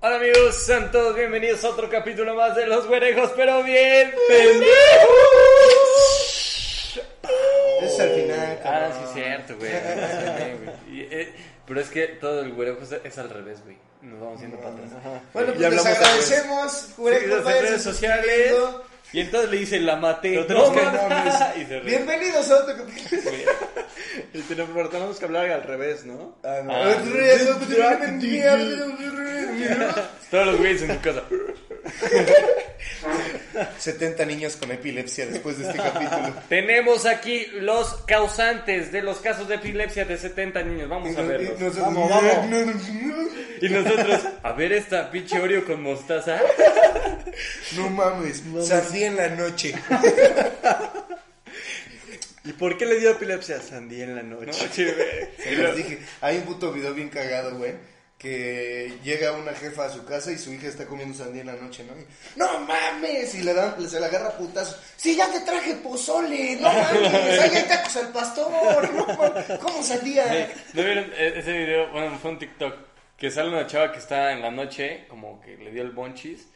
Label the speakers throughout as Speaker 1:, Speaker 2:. Speaker 1: Hola amigos, sean todos bienvenidos a otro capítulo más de Los Güerejos, pero bien pendejos.
Speaker 2: Es al final,
Speaker 1: Ah,
Speaker 2: cabrón.
Speaker 1: sí es cierto, güey. Sí, güey. Y, eh, Pero es que todo el güerejo es- es al revés, güey. Nos vamos yendo para atrás.
Speaker 2: Bueno, pues
Speaker 1: Ya
Speaker 2: les
Speaker 1: hablamos
Speaker 2: agradecemos. Juré que
Speaker 1: Síguenos en
Speaker 2: vayan
Speaker 1: redes
Speaker 2: suscribiendo.
Speaker 1: sociales. Y entonces le dice, la maté. No tenemos que... y se ríe.
Speaker 2: Bienvenidos a otro capítulo.
Speaker 3: El teléfono tenemos que hablar al revés, ¿no?
Speaker 2: Ah, no.
Speaker 1: Ah. Todos los güeyes en su casa.
Speaker 2: 70 niños con epilepsia después de este capítulo.
Speaker 1: Tenemos aquí los causantes de los casos de epilepsia de 70 niños. Vamos a verlos.
Speaker 2: Vamos,
Speaker 1: Y nosotros, a ver esta pinche Oreo con mostaza.
Speaker 2: No mames, sardía en la noche.
Speaker 3: ¿Y por qué le dio epilepsia a Sandy en la noche?
Speaker 1: Che, güey.
Speaker 2: Se los dije, hay un puto video bien cagado, güey. Que llega una jefa a su casa y su hija está comiendo sandía en la noche, ¿no? Y, ¡No mames! Y le dan, se la agarra a putazos. ¡Sí, ya te traje pozole! ¡No mames! ¡Ahí hay tacos al pastor! ¡No mames! ¿Cómo sandía?
Speaker 1: ¿No vieron e- ese video? Bueno, fue un TikTok. Que sale una chava que está en la noche, como que le dio el bonchis.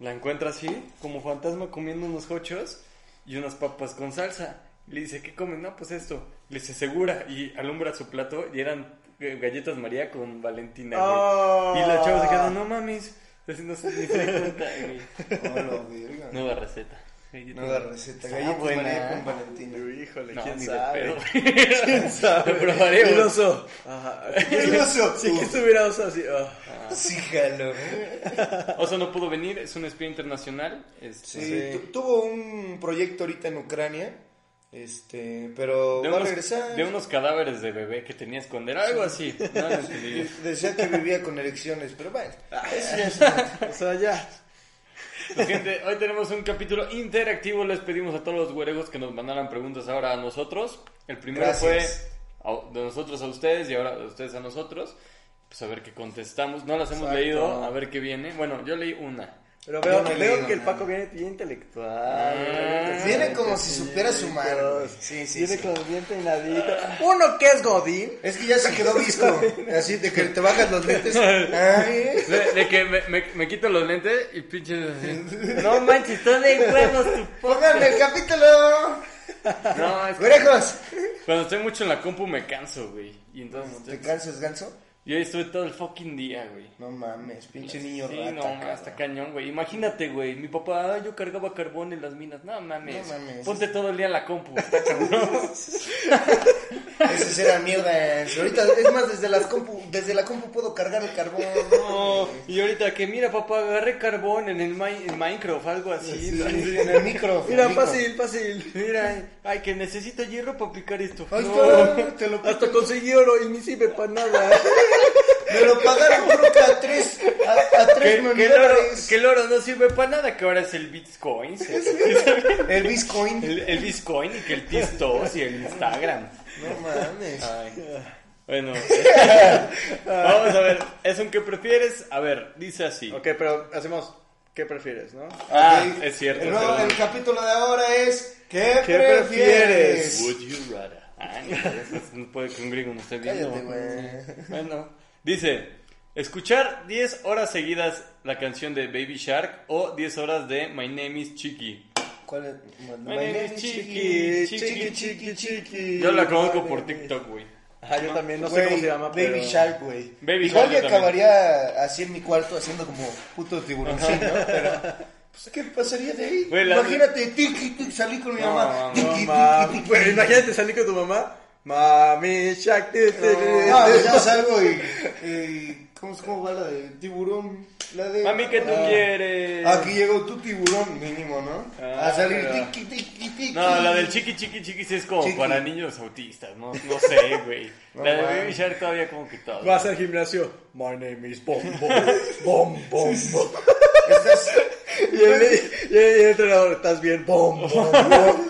Speaker 1: La encuentra así, como fantasma comiendo unos hochos y unas papas con salsa. Le dice, ¿qué comen? No, pues esto. Le dice, segura. Y alumbra su plato y eran eh, galletas María con Valentina. güey.
Speaker 3: Ah.
Speaker 1: Y la chava se queda, no mames. Así no se ni se da cuenta. güey.
Speaker 2: Hola, verga.
Speaker 1: Nueva receta. Ah, Galletas
Speaker 2: Nueva receta.
Speaker 3: Está
Speaker 2: Galletas
Speaker 3: buena.
Speaker 2: María
Speaker 1: ¿eh?
Speaker 2: con Valentina.
Speaker 3: Híjole,
Speaker 1: No,
Speaker 3: quién
Speaker 1: ni de
Speaker 3: sabe.
Speaker 1: pedo.
Speaker 3: ¿Quién sabe?
Speaker 1: Lo probaré, güey.
Speaker 3: El oso. Ajá.
Speaker 2: El oso.
Speaker 3: Si que estuviera oso así. ah.
Speaker 2: Sí, jalo. ¿eh?
Speaker 1: Oso no pudo venir, es un espía internacional. Este,
Speaker 2: Sí,
Speaker 3: Sí.
Speaker 2: tu- tuvo un proyecto ahorita en Ucrania. Este, pero
Speaker 1: de,
Speaker 2: va a
Speaker 1: unos,
Speaker 2: regresar.
Speaker 1: de unos cadáveres de bebé que tenía que esconder, algo así. No, no entendí.
Speaker 2: Decía que vivía con erecciones, pero bueno.
Speaker 3: O sea, ya.
Speaker 1: Pues, gente, hoy tenemos un capítulo interactivo. Les pedimos a todos los güeregos que nos mandaran preguntas ahora a nosotros. El primero
Speaker 2: Gracias.
Speaker 1: fue a- de nosotros a ustedes y ahora de ustedes a nosotros. Pues a ver qué contestamos. No las hemos
Speaker 3: Exacto.
Speaker 1: leído, a ver qué viene. Bueno, yo leí una.
Speaker 3: Pero veo,
Speaker 2: Yo no he
Speaker 3: veo
Speaker 2: leído
Speaker 3: que el
Speaker 2: nada.
Speaker 3: Paco viene bien intelectual.
Speaker 1: Ah.
Speaker 2: Viene como si supiera sumar, güey. Sí,
Speaker 3: Sí,
Speaker 2: sí,
Speaker 3: sí. Viene
Speaker 2: sí.
Speaker 3: como bien peinadito. Uno que es Godín.
Speaker 2: Es que ya se quedó visto. Así de que te bajas los lentes. Ay,
Speaker 1: De, de que me, me- me quito los lentes y pinche.
Speaker 3: No manches, está de huevos tu
Speaker 2: pónganme el capítulo.
Speaker 1: No, es que-
Speaker 2: Orejos.
Speaker 1: Cuando estoy mucho en la compu me canso, güey. Y entonces.
Speaker 2: ¿Te
Speaker 1: estoy-
Speaker 2: cansas, ganso?
Speaker 1: Yo ahí estuve todo el fucking día, güey.
Speaker 2: No mames, pinche niño
Speaker 1: Sí,
Speaker 2: rata.
Speaker 1: no,
Speaker 2: cabrón.
Speaker 1: hasta cañón, güey. Imagínate, güey. Mi papá, "Ay, yo cargaba carbón en las minas. No mames.
Speaker 2: No mames.
Speaker 1: Ponte todo el día en la compu. está cabrón.
Speaker 2: Esas eran mierdas. Ahorita, es más, desde, las compu, desde la compu puedo cargar el carbón.
Speaker 1: No, Y ahorita que mira, papá, agarré carbón en el Mi- en Minecraft, algo así. ¿no?
Speaker 2: En el micro.
Speaker 3: Mira,
Speaker 2: micro.
Speaker 3: fácil, fácil.
Speaker 1: Mira, ay, que necesito hierro para picar esto.
Speaker 2: Ahí
Speaker 1: No.
Speaker 2: está, te lo,
Speaker 3: Hasta conseguí oro y ni sirve para nada.
Speaker 2: me lo pagaron creo que a tres, a, a
Speaker 1: Que,
Speaker 2: tres
Speaker 1: que el oro,
Speaker 2: monedores.
Speaker 1: que el oro no sirve para nada, que ahora es el Bitcoin.
Speaker 2: El Bitcoin.
Speaker 1: El, el Bitcoin y que el Tistos y el Instagram.
Speaker 2: No mames.
Speaker 1: Ah, Bueno, vamos a ver, es un que prefieres. A ver, dice así.
Speaker 3: ok, pero hacemos. ¿Qué prefieres, no?
Speaker 1: Ah,
Speaker 2: Ok.
Speaker 1: es cierto.
Speaker 2: El, nuevo-
Speaker 1: perdón.
Speaker 2: el capítulo de ahora es ¿Qué,
Speaker 3: ¿Qué
Speaker 2: prefieres?
Speaker 3: prefieres?
Speaker 1: Would you rather? Ay, eso es- no puede que un gringo no esté viendo.
Speaker 2: Cállate, güey.
Speaker 1: Bueno, dice: Escuchar 10 horas seguidas la canción de Baby Shark o 10 horas de My Name is Chiqui.
Speaker 2: ¿Cuál es? My
Speaker 1: name
Speaker 2: name
Speaker 1: is
Speaker 2: is
Speaker 1: Chiqui, Chiqui,
Speaker 2: chiqui, chiqui.
Speaker 1: Yo la conozco por TikTok, güey.
Speaker 3: Ah, yo también, no sé
Speaker 2: Güey,
Speaker 3: cómo se llama,
Speaker 2: Baby
Speaker 3: pero...
Speaker 2: Shark, güey.
Speaker 1: Baby
Speaker 2: Igual
Speaker 1: Shark,
Speaker 2: que
Speaker 1: yo también.
Speaker 2: acabaría así en mi cuarto haciendo como puto tiburoncín, ¿no? Pero, pues, ¿qué pasaría de ahí?
Speaker 1: Güey, la-
Speaker 2: Imagínate, tiki, tiki, salí con mi
Speaker 1: No,
Speaker 2: mamá.
Speaker 1: no,
Speaker 2: Tiki,
Speaker 3: No,
Speaker 2: tiki,
Speaker 3: ma-
Speaker 2: tiki,
Speaker 3: güey,
Speaker 2: tiki.
Speaker 3: imagínate salir con tu mamá. Mami Shark.
Speaker 2: No, pues ya salgo y, y- ¿cómo, ¿Cómo va la de tiburón? La de-
Speaker 1: Mami, ¿qué tú
Speaker 2: Ah.
Speaker 1: quieres?
Speaker 2: Aquí llegó tu tiburón mínimo, ¿no?
Speaker 1: Ah,
Speaker 2: a salir
Speaker 1: pero-
Speaker 2: tiki, tiki, tiki.
Speaker 1: No, la del chiqui chiqui chiqui sí es como
Speaker 2: Chiqui.
Speaker 1: para niños autistas, no, no sé, güey.
Speaker 2: No
Speaker 1: la de
Speaker 2: mames.
Speaker 1: Baby Shark todavía como que todo.
Speaker 3: Vas al gimnasio. My name is Bom Bom. Bom Bom. Bom.
Speaker 2: Estás-
Speaker 3: Y el, y el- y el entrenador, ¿estás bien? Bom Bom.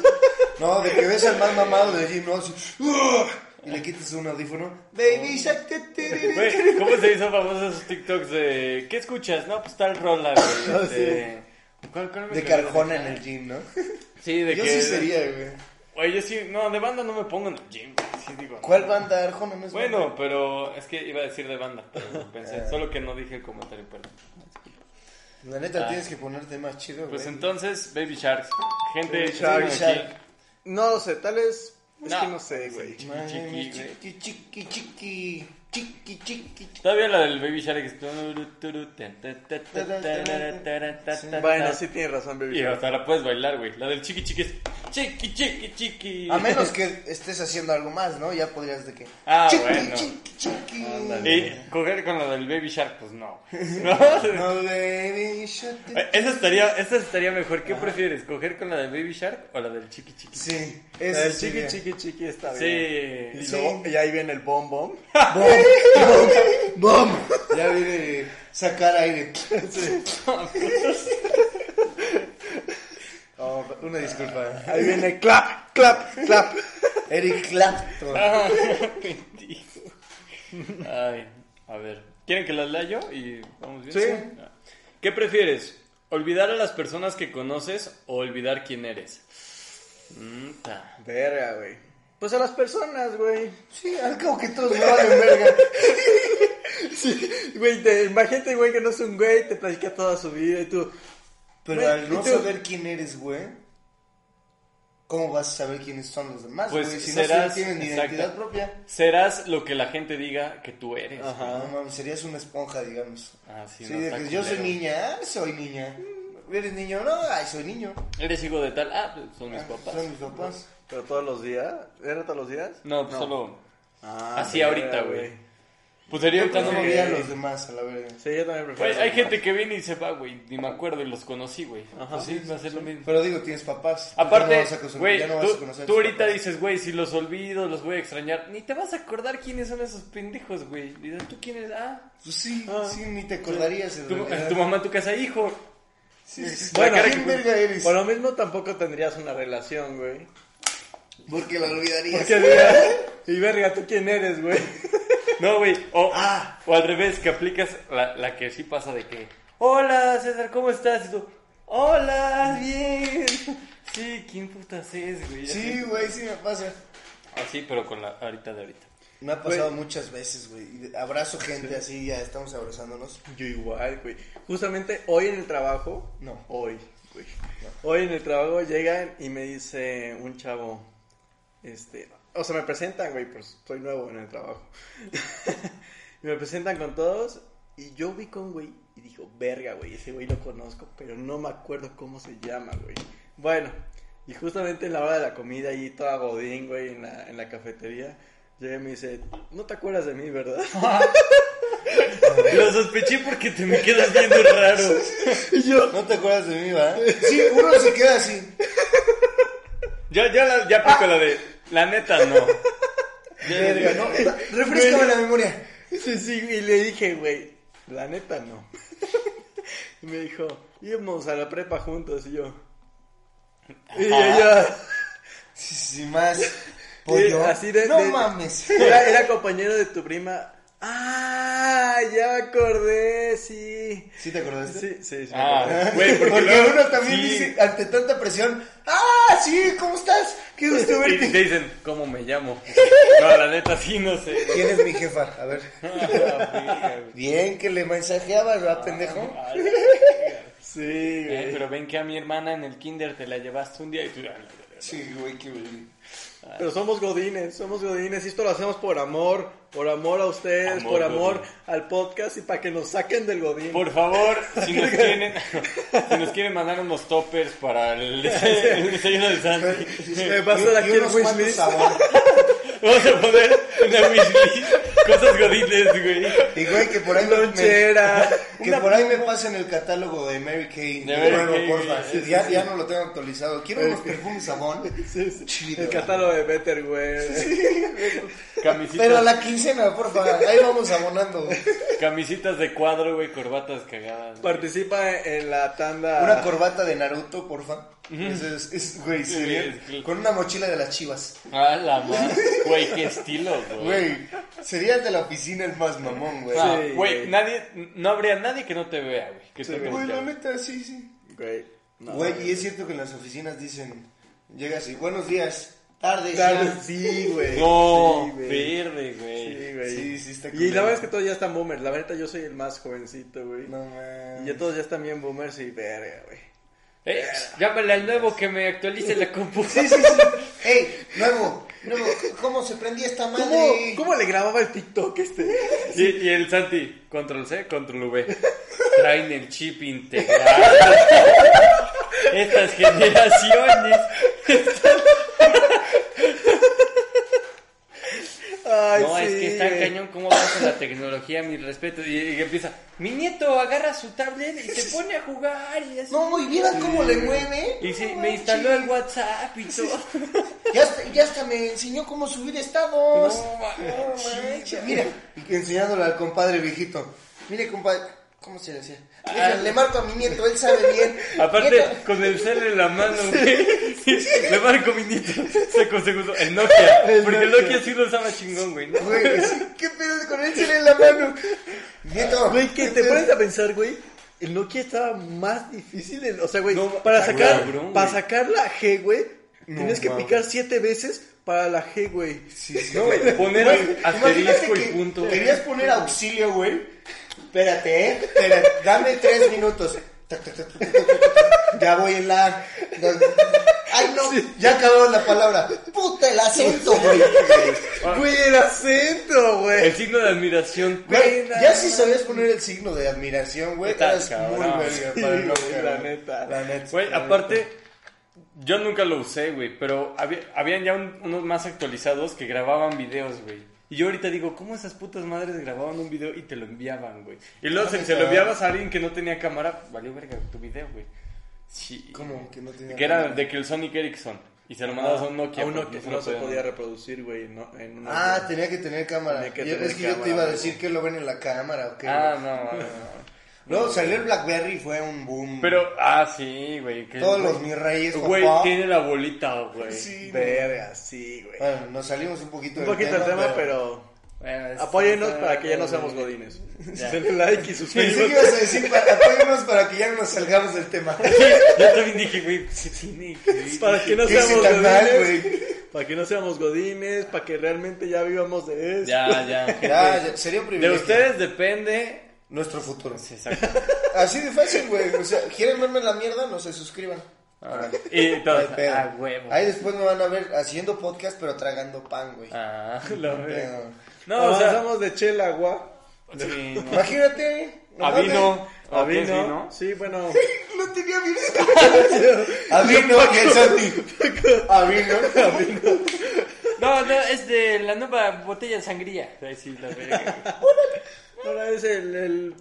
Speaker 2: No, de que ves al más mamado del gym, ¿no? Así, ¡ah! y le quitas un audífono.
Speaker 1: Oh.
Speaker 2: Baby Shark. te, te, te, te.
Speaker 1: Güey, ¿cómo se hizo famosos esos TikToks de ¿qué escuchas? No, pues tal rola, güey. este, ¿cuál- cuál me
Speaker 2: Ah, De
Speaker 1: quedé?
Speaker 2: carjona en el gym, ¿no?
Speaker 1: Sí, de
Speaker 2: Yo
Speaker 1: que
Speaker 2: sí sería, güey.
Speaker 1: Oye, yo sí, no, de banda no me pongo en el gym, güey, sí digo. no.
Speaker 2: ¿Cuál banda? Arjona no es
Speaker 1: Bueno, pero es que iba a decir de banda, pero
Speaker 2: Ah.
Speaker 1: pensé, solo que no dije el comentario, perdón.
Speaker 2: La neta, tienes que ponerte más chido, güey.
Speaker 1: Ah. Pues entonces, Baby Sharks. Gente,
Speaker 3: Baby
Speaker 1: escriban
Speaker 2: Shark.
Speaker 1: aquí.
Speaker 3: No sé, tal vez. Es
Speaker 1: No.
Speaker 3: que no sé, güey.
Speaker 2: Mami,
Speaker 1: chiqui, güey.
Speaker 2: chiqui, chiqui, chiqui, chiqui, chiqui, chiqui.
Speaker 1: Todavía la del Baby Shark es...
Speaker 3: Bueno, sí tienes razón, baby.
Speaker 1: Y hasta la puedes bailar, güey. La del chiqui chiqui es... Chiqui chiqui chiqui.
Speaker 2: A menos que estés haciendo algo más, ¿no? Ya podrías de que...
Speaker 1: Ah,
Speaker 2: chiqui,
Speaker 1: bueno.
Speaker 2: chiqui, chiqui.
Speaker 1: Y coger con la del Baby Shark, pues no. ¿No?
Speaker 2: No, baby, shut it.
Speaker 1: Eh, Esa estaría, esa estaría mejor. ¿Qué prefieres? ¿Coger con la del Baby Shark o la del chiqui chiqui? Sí.
Speaker 2: Sí,
Speaker 3: El
Speaker 2: ese sí,
Speaker 3: chiqui,
Speaker 2: güey.
Speaker 3: chiqui, chiqui está bien. Y, luego-
Speaker 2: Sí.
Speaker 3: y ahí viene el Bom Bom.
Speaker 2: ¡Bom! Ya viene sacar aire. Oh, una disculpa.
Speaker 3: Ahí viene clap, clap, clap.
Speaker 2: Eric Clapton.
Speaker 1: Pendejo. Ay, a ver. ¿Quieren que las lea yo y vamos bien?
Speaker 3: Sí.
Speaker 1: Ah. ¿Qué prefieres? ¿Olvidar a las personas que conoces o olvidar quién eres? Mm, ta.
Speaker 3: Verga, güey. Pues a las personas, güey.
Speaker 2: Sí, al cabo que todos me valen verga.
Speaker 3: Sí, güey, te- imagínate, güey, que no es un güey, te platica toda su vida y tú.
Speaker 2: Pero
Speaker 3: Güey,
Speaker 2: al no
Speaker 3: ¿y tú?
Speaker 2: saber quién eres, güey, ¿cómo vas a saber quiénes son los demás,
Speaker 1: Pues
Speaker 2: güey? Si
Speaker 1: serás-
Speaker 2: no tienen ni
Speaker 1: exacto.
Speaker 2: identidad propia.
Speaker 1: Serás lo que la gente diga que tú eres.
Speaker 2: No mames, serías una esponja, digamos.
Speaker 1: Este, Ah, sí,
Speaker 2: Sí,
Speaker 1: no,
Speaker 2: de
Speaker 1: está
Speaker 2: que yo soy
Speaker 1: culero.
Speaker 2: niña, ah, soy niña. Mm, ¿Eres niño? No, ay, soy niño.
Speaker 1: Eres hijo de tal. Ah, pues, son mis
Speaker 2: Ah,
Speaker 1: papás.
Speaker 2: Son mis papás.
Speaker 3: Pero todos los días. ¿Era todos los días?
Speaker 1: No, pues solo.
Speaker 3: Ah,
Speaker 1: Así
Speaker 3: verga,
Speaker 1: ahorita, güey. Pues sería
Speaker 2: Yo
Speaker 1: ahorita no
Speaker 2: no
Speaker 1: me
Speaker 2: vi a los demás, a la verga.
Speaker 3: Sí, yo también prefiero.
Speaker 1: Güey, hay gente que viene y se va, güey, ni me acuerdo y los conocí, güey. Pues sí, va a ser lo mismo.
Speaker 2: Pero digo, tienes papás. Ya no
Speaker 1: Aparte,
Speaker 2: vas a conocer-
Speaker 1: güey,
Speaker 2: ya no vas a
Speaker 1: tú,
Speaker 2: conocer
Speaker 1: tú
Speaker 2: a tus
Speaker 1: ahorita
Speaker 2: papás.
Speaker 1: dices, güey, si los olvido, los voy a extrañar. Ni te vas a acordar quiénes son esos pendejos, güey. Dices, ¿tú quién eres? Ah,
Speaker 2: Pues sí,
Speaker 3: Ah.
Speaker 2: sí, ni te acordarías. en
Speaker 1: tu,
Speaker 2: realidad.
Speaker 1: tu mamá en tu casa, hijo.
Speaker 2: Sí, sí, sí.
Speaker 1: Bueno,
Speaker 2: ¿quién
Speaker 1: ¿quién
Speaker 2: verga eres?
Speaker 3: Por lo mismo tampoco tendrías una relación, güey.
Speaker 2: Porque lo olvidarías.
Speaker 3: Porque dirías, y verga, ¿tú quién eres, güey?
Speaker 1: No, güey. O,
Speaker 2: Ah.
Speaker 1: o al revés, que aplicas la, la que sí pasa de que, hola, César, ¿cómo estás? Y tú, hola, bien. Sí, ¿quién putas es, güey?
Speaker 2: Sí, güey, sí me pasa.
Speaker 1: Así, pero con la ahorita de ahorita.
Speaker 2: Me ha pasado muchas veces, güey. Y de- Abrazo gente así, ya estamos abrazándonos.
Speaker 3: Yo igual, güey. Justamente hoy en el trabajo.
Speaker 2: No.
Speaker 3: Hoy, güey. Hoy en el trabajo llegan y me dice un chavo. Este. O sea, me presentan, güey, pues soy nuevo en el trabajo. y me presentan con todos. Y yo vi con güey y dijo, verga, güey, ese güey lo conozco, pero no me acuerdo cómo se llama, güey. Bueno, y justamente en la hora de la comida, ahí toda godín, güey, en la, en la cafetería, llega y me dice, no te acuerdas de mí, ¿verdad?
Speaker 1: Lo sospeché porque te me quedas viendo raro.
Speaker 3: y yo,
Speaker 2: ¿No te acuerdas de mí, va? Sí, uno se queda así.
Speaker 1: Yo, yo la, ya pico la de, la neta, no.
Speaker 2: Verga, ¿no? Refrescame la memoria.
Speaker 3: Sí, sí, y le dije, güey, la neta no. Y me dijo, íbamos a la prepa juntos y yo. Y ella
Speaker 1: Ah.
Speaker 2: Sí, sí, más. Pollo.
Speaker 3: así de-
Speaker 2: Pues no
Speaker 3: de-
Speaker 2: mames.
Speaker 3: era, era compañero de tu prima. Ah, ya me acordé, sí.
Speaker 2: ¿Sí te acordaste?
Speaker 3: Sí, sí, sí. me acordé.
Speaker 1: Ah, güey, porque,
Speaker 2: Porque,
Speaker 1: luego-
Speaker 2: uno también
Speaker 1: sí.
Speaker 2: dice, ante tanta presión, ¡ah, sí, ¿cómo estás? Qué gusto
Speaker 1: Y
Speaker 2: verte.
Speaker 1: te dicen, ¿cómo me llamo? No, la neta, sí, no sé. Ah,
Speaker 2: ¿Quién es mi jefa? A ver.
Speaker 1: Ay,
Speaker 2: Bien, que le mensajeabas, ¿verdad, pendejo?
Speaker 3: Sí,
Speaker 1: Eh,
Speaker 3: güey.
Speaker 1: pero ven que a mi hermana en el kinder te la llevaste un día y tú... "Ah,
Speaker 2: Sí, güey, qué bien.
Speaker 3: Pero somos godines, somos godines. Y esto lo hacemos por amor, por amor a ustedes,
Speaker 1: Amor,
Speaker 3: por amor
Speaker 1: godín.
Speaker 3: al podcast y para que nos saquen del godín.
Speaker 1: Por favor, si nos quieren, si nos quieren mandar unos toppers para el, desay- el desayuno del Santi.
Speaker 3: Me va a hacer
Speaker 2: Y-
Speaker 3: aquí
Speaker 2: y
Speaker 3: el
Speaker 2: unos cuantos
Speaker 3: wishlist.
Speaker 2: sabores.
Speaker 1: Vamos a poner una wishlist. Cosas godines, güey.
Speaker 2: Y güey, que por ahí me, me-
Speaker 3: Lonchera.
Speaker 2: que por ahí me pasen el catálogo de Mary Kay.
Speaker 1: De Mary
Speaker 2: Bueno,
Speaker 1: Kay,
Speaker 2: porfa.
Speaker 1: güey.
Speaker 2: ya, ya no lo tengo actualizado. Quiero unos perfumes sabón. Chido.
Speaker 3: El catálogo de Better, güey.
Speaker 1: Camisitas,
Speaker 2: Pero a la quincena, porfa. Ahí vamos abonando.
Speaker 1: camisitas de cuadro, güey. Corbatas cagadas. güey.
Speaker 3: Participa en la tanda.
Speaker 2: Una corbata de Naruto, porfa. Eso es, es, güey,
Speaker 1: Sí,
Speaker 2: sería.
Speaker 1: es que-
Speaker 2: Con una mochila de las chivas.
Speaker 1: Ah, la madre. Güey, qué estilo, güey.
Speaker 2: Güey, sería el de la oficina el más mamón, güey.
Speaker 1: Ah,
Speaker 3: Sí,
Speaker 1: Güey,
Speaker 3: güey.
Speaker 1: nadie. No habría nadie que no te vea, güey. Que te
Speaker 2: Güey, la
Speaker 1: voltea.
Speaker 2: neta, sí, sí.
Speaker 3: Güey. no.
Speaker 2: Güey, y es cierto que en las oficinas dicen, llegas y buenos días, tardes,
Speaker 3: Tal-
Speaker 2: ya".
Speaker 3: Sí, güey.
Speaker 1: No,
Speaker 3: Sí, güey.
Speaker 1: verde, güey. Eh,
Speaker 3: Sí, güey.
Speaker 2: Sí, sí está
Speaker 3: Y
Speaker 2: culero.
Speaker 3: la verdad es que todos ya están boomers. La verdad, yo soy el más jovencito, güey.
Speaker 2: No
Speaker 3: Y
Speaker 2: mames.
Speaker 3: ya todos ya están bien boomers y verga, güey.
Speaker 1: Eh, llámale al nuevo que me actualice la compu.
Speaker 2: Sí, sí, sí. Ey, nuevo, nuevo, ¿cómo se prendía esta
Speaker 3: ¿Cómo,
Speaker 2: madre?
Speaker 3: ¿Cómo le grababa el TikTok este?
Speaker 1: Y, y el Santi, control C, control V. Traen el chip integrado. Estas generaciones.
Speaker 3: Ay,
Speaker 1: no, es
Speaker 3: sí,
Speaker 1: que está
Speaker 3: güey.
Speaker 1: cañón cómo pasa la tecnología, mi respeto. Y, y empieza, mi nieto agarra su tablet y se pone a jugar y así.
Speaker 2: No, y vieran cómo le mueve.
Speaker 1: Y sí,
Speaker 2: No
Speaker 1: me instaló el
Speaker 2: manches.
Speaker 1: WhatsApp y todo.
Speaker 2: Ya hasta, ya hasta me enseñó cómo subir estados.
Speaker 1: No manches.
Speaker 2: Mira, y enseñándole al compadre viejito. Ah. Mire, compadre, ¿cómo se decía? Mira, le marco a mi nieto, él sabe bien.
Speaker 1: Aparte,
Speaker 2: Nieto,
Speaker 1: con el cel en la mano, güey. Le marco mi nieto. Seco, segundo. El Nokia. porque el Nokia sí lo usaba chingón, güey. ¿no?
Speaker 2: Güey, ¿qué pedo con él tiene en la mano? Nieto,
Speaker 3: Güey, que
Speaker 2: ¿qué
Speaker 3: te
Speaker 2: pedo?
Speaker 3: pones a pensar, güey. El Nokia estaba más difícil. de- o sea, güey,
Speaker 1: No,
Speaker 3: para,
Speaker 1: está
Speaker 3: sacar,
Speaker 1: cabrón,
Speaker 3: para
Speaker 1: güey.
Speaker 3: sacar la G, güey,
Speaker 2: No
Speaker 3: tienes que
Speaker 2: mames.
Speaker 3: picar siete veces para la G, güey.
Speaker 2: Sí, sí,
Speaker 1: No, güey, poner
Speaker 2: Güey,
Speaker 1: asterisco
Speaker 2: imagínate
Speaker 1: y
Speaker 2: que
Speaker 1: punto.
Speaker 2: Querías poner auxilio, güey. Espérate, eh. Espérate, dame tres minutos. Tac, tac, tac, tac, tac, tac, tac. Ya voy en la. Ay, no. Ya acabamos la palabra. Puta el acento, güey.
Speaker 1: Ah.
Speaker 3: Güey, el acento,
Speaker 1: El
Speaker 3: güey.
Speaker 1: signo de admiración.
Speaker 2: Güey,
Speaker 3: Güey,
Speaker 2: ya
Speaker 3: no
Speaker 2: si sabías poner el signo de admiración, güey.
Speaker 1: Está
Speaker 2: Eras
Speaker 1: cabrón.
Speaker 2: muy verga para el
Speaker 3: Sí,
Speaker 2: Nokia,
Speaker 3: güey, la
Speaker 2: güey.
Speaker 3: neta.
Speaker 2: La neta.
Speaker 1: Güey, aparte, yo nunca lo usé, güey, pero había, habían ya un- unos más actualizados que grababan videos, güey. Y yo ahorita digo, ¿cómo esas putas madres grababan un video y te lo enviaban, güey? Y luego
Speaker 2: Ah,
Speaker 1: se,
Speaker 2: neta.
Speaker 1: se lo enviabas a alguien que no tenía cámara, valió verga tu video, güey. Sí.
Speaker 2: ¿Cómo que no tenía
Speaker 1: Que era
Speaker 2: cámara?
Speaker 1: de que el Sonic Ericsson. Y se lo mandabas a un Nokia.
Speaker 3: A un
Speaker 1: porque
Speaker 3: Nokia,
Speaker 1: se
Speaker 3: no
Speaker 1: lo
Speaker 3: se
Speaker 1: podían-
Speaker 3: podía reproducir, güey. No, en un
Speaker 2: Ah,
Speaker 3: Nokia.
Speaker 2: tenía que tener cámara.
Speaker 3: Tenía que
Speaker 2: Y
Speaker 3: tener
Speaker 2: es que yo te
Speaker 3: cámara,
Speaker 2: iba a
Speaker 3: güey.
Speaker 2: decir que lo ven en la cámara o qué.
Speaker 1: Ah,
Speaker 2: güey.
Speaker 1: no, no, no.
Speaker 2: Luego salió el Blackberry y fue un boom.
Speaker 1: Pero, ah, sí, güey. que-
Speaker 2: Todos los mis reyes,
Speaker 1: Güey,
Speaker 2: papá.
Speaker 1: tiene la bolita, güey.
Speaker 2: Sí, no.
Speaker 3: Verga, sí, güey.
Speaker 2: Bueno, nos salimos un poquito
Speaker 3: Un
Speaker 2: del
Speaker 3: poquito el tema, pero...
Speaker 1: Bueno, es-
Speaker 3: Apóyenos para que ya no seamos godines. Denle like y
Speaker 2: Pensé que
Speaker 3: suscríbanse.
Speaker 2: ibas a decir, para, apóyennos para que ya no nos salgamos del tema.
Speaker 1: Yo también dije, güey, se tiene que
Speaker 3: Para que no
Speaker 2: ¿Qué hice
Speaker 3: seamos
Speaker 2: tan mal,
Speaker 3: godines.
Speaker 2: güey?
Speaker 3: Para que no seamos godines, para que realmente ya vivamos de eso.
Speaker 1: Ya, ya.
Speaker 2: Ya, ya, sería un
Speaker 1: De
Speaker 2: privilegio.
Speaker 1: ustedes depende.
Speaker 2: Nuestro futuro.
Speaker 1: Exacto.
Speaker 2: Así de fácil, güey. O sea, ¿quieren verme en la mierda? No se suscriban.
Speaker 1: Y todos,
Speaker 2: Ay, pedo.
Speaker 1: ah, huevo.
Speaker 2: Ah. Ahí después me van a ver haciendo podcast, pero tragando pan, güey.
Speaker 1: Ah, la verga.
Speaker 2: Pero-
Speaker 1: No, o sea,
Speaker 3: Avanzamos de chela, agua.
Speaker 1: sí, no.
Speaker 2: Imagínate. no
Speaker 1: A vino.
Speaker 3: A
Speaker 1: ¿o qué,
Speaker 3: vino.
Speaker 1: sí, no?
Speaker 3: Sí, bueno.
Speaker 2: mames. No tenía vino. A vino, y el Santi. A vino.
Speaker 1: No, no, es de la nueva botella de sangría. Ahí sí, la verga.
Speaker 3: Ahora es el, el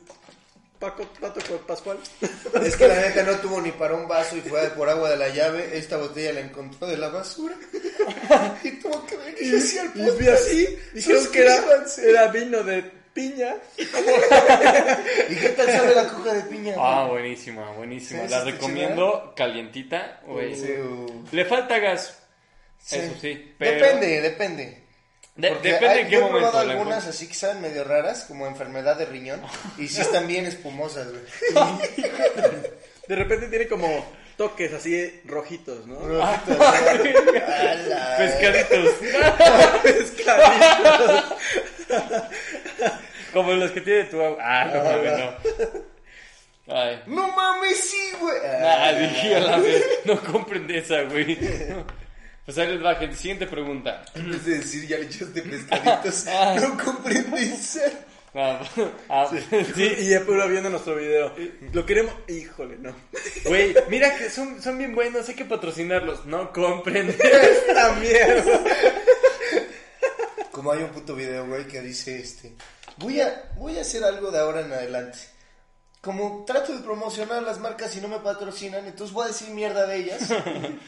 Speaker 3: Paco Pato con Pascual.
Speaker 2: Es que la neta no tuvo ni para un vaso y fue por agua de la llave. Esta botella la encontró de la basura. Y tuvo que venir así al
Speaker 3: Y vi así. Dijeron que era,
Speaker 2: suscríbanse.
Speaker 3: era vino de piña.
Speaker 2: ¿Y qué tal sabe la coca de piña?
Speaker 1: Ah, buenísima, buenísima.
Speaker 2: Sí,
Speaker 1: La
Speaker 2: sí, está
Speaker 1: recomiendo calientita, güey.
Speaker 2: Sí, uh,
Speaker 1: Le falta gas.
Speaker 2: sí.
Speaker 1: Eso sí, pero-
Speaker 2: Depende, depende.
Speaker 1: De-
Speaker 2: Porque
Speaker 1: depende
Speaker 2: hay-
Speaker 1: en qué
Speaker 2: yo he
Speaker 1: momento.
Speaker 2: probado
Speaker 1: la
Speaker 2: algunas
Speaker 1: encuentres.
Speaker 2: así que saben medio raras, como enfermedad de riñón, y sí están bien espumosas, güey.
Speaker 3: De repente tiene como toques así rojitos, ¿no?
Speaker 1: Ah.
Speaker 2: Rojitas, güey. Ala.
Speaker 1: Pescaditos. Como los que tiene tu agua. Ah, no, mames, no. Ay.
Speaker 2: No mames, sí, güey.
Speaker 1: Ah,
Speaker 2: Ah,
Speaker 1: dije a la vez. No compren de esa, güey. Pues ahí les va, gente. Siguiente pregunta.
Speaker 2: Es decir, ya le echaste pescaditos. No comprendes.
Speaker 1: Ah, ah, sí.
Speaker 3: Y ya puro viendo nuestro video. Lo queremos. Híjole, no.
Speaker 1: Güey, mira que son, son bien buenos. Hay que patrocinarlos. No compren.
Speaker 3: Esta mierda.
Speaker 2: Como hay un puto video, güey, que dice este. Voy a, voy a hacer algo de ahora en adelante. Como trato de promocionar las marcas y no me patrocinan, entonces voy a decir mierda de ellas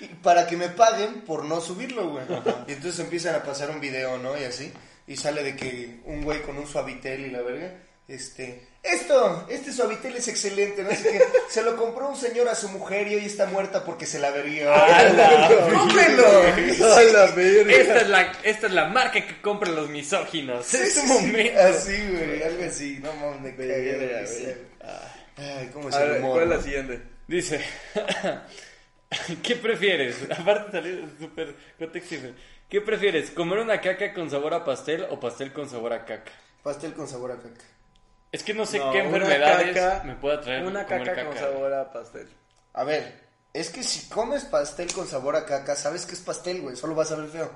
Speaker 2: y- para que me paguen por no subirlo, güey. Y entonces empiezan a pasar un video, ¿no? Y así. Y sale de que un güey con un suavitel y la verga, este. Esto, este suavitel es excelente, ¿no? Así que se lo compró un señor a su mujer y hoy está muerta porque se la averió. ¡Cómprelo!
Speaker 3: la verga!
Speaker 1: Esta es, la, esta es la marca que compran los misóginos. es un momento.
Speaker 2: Así, güey, algo así. No mames, me cagué de
Speaker 3: Verga,
Speaker 2: risa,
Speaker 3: güey.
Speaker 2: güey. Ay, cómo es
Speaker 3: A
Speaker 2: el
Speaker 3: ver,
Speaker 2: humor.
Speaker 3: ¿cuál es la
Speaker 2: ¿no?
Speaker 3: siguiente?
Speaker 1: Dice, ¿qué prefieres? Aparte salió súper contexto. ¿Qué prefieres? ¿Comer una caca con sabor a pastel o pastel con sabor a caca?
Speaker 2: Pastel con sabor a caca.
Speaker 1: Es que no sé
Speaker 3: No,
Speaker 1: qué
Speaker 3: una
Speaker 1: enfermedades
Speaker 3: caca-
Speaker 1: me puede traer
Speaker 3: Una
Speaker 1: comer
Speaker 3: caca con sabor a pastel.
Speaker 2: A ver, es que si comes pastel con sabor a caca, sabes que es pastel, güey, solo vas a ver feo.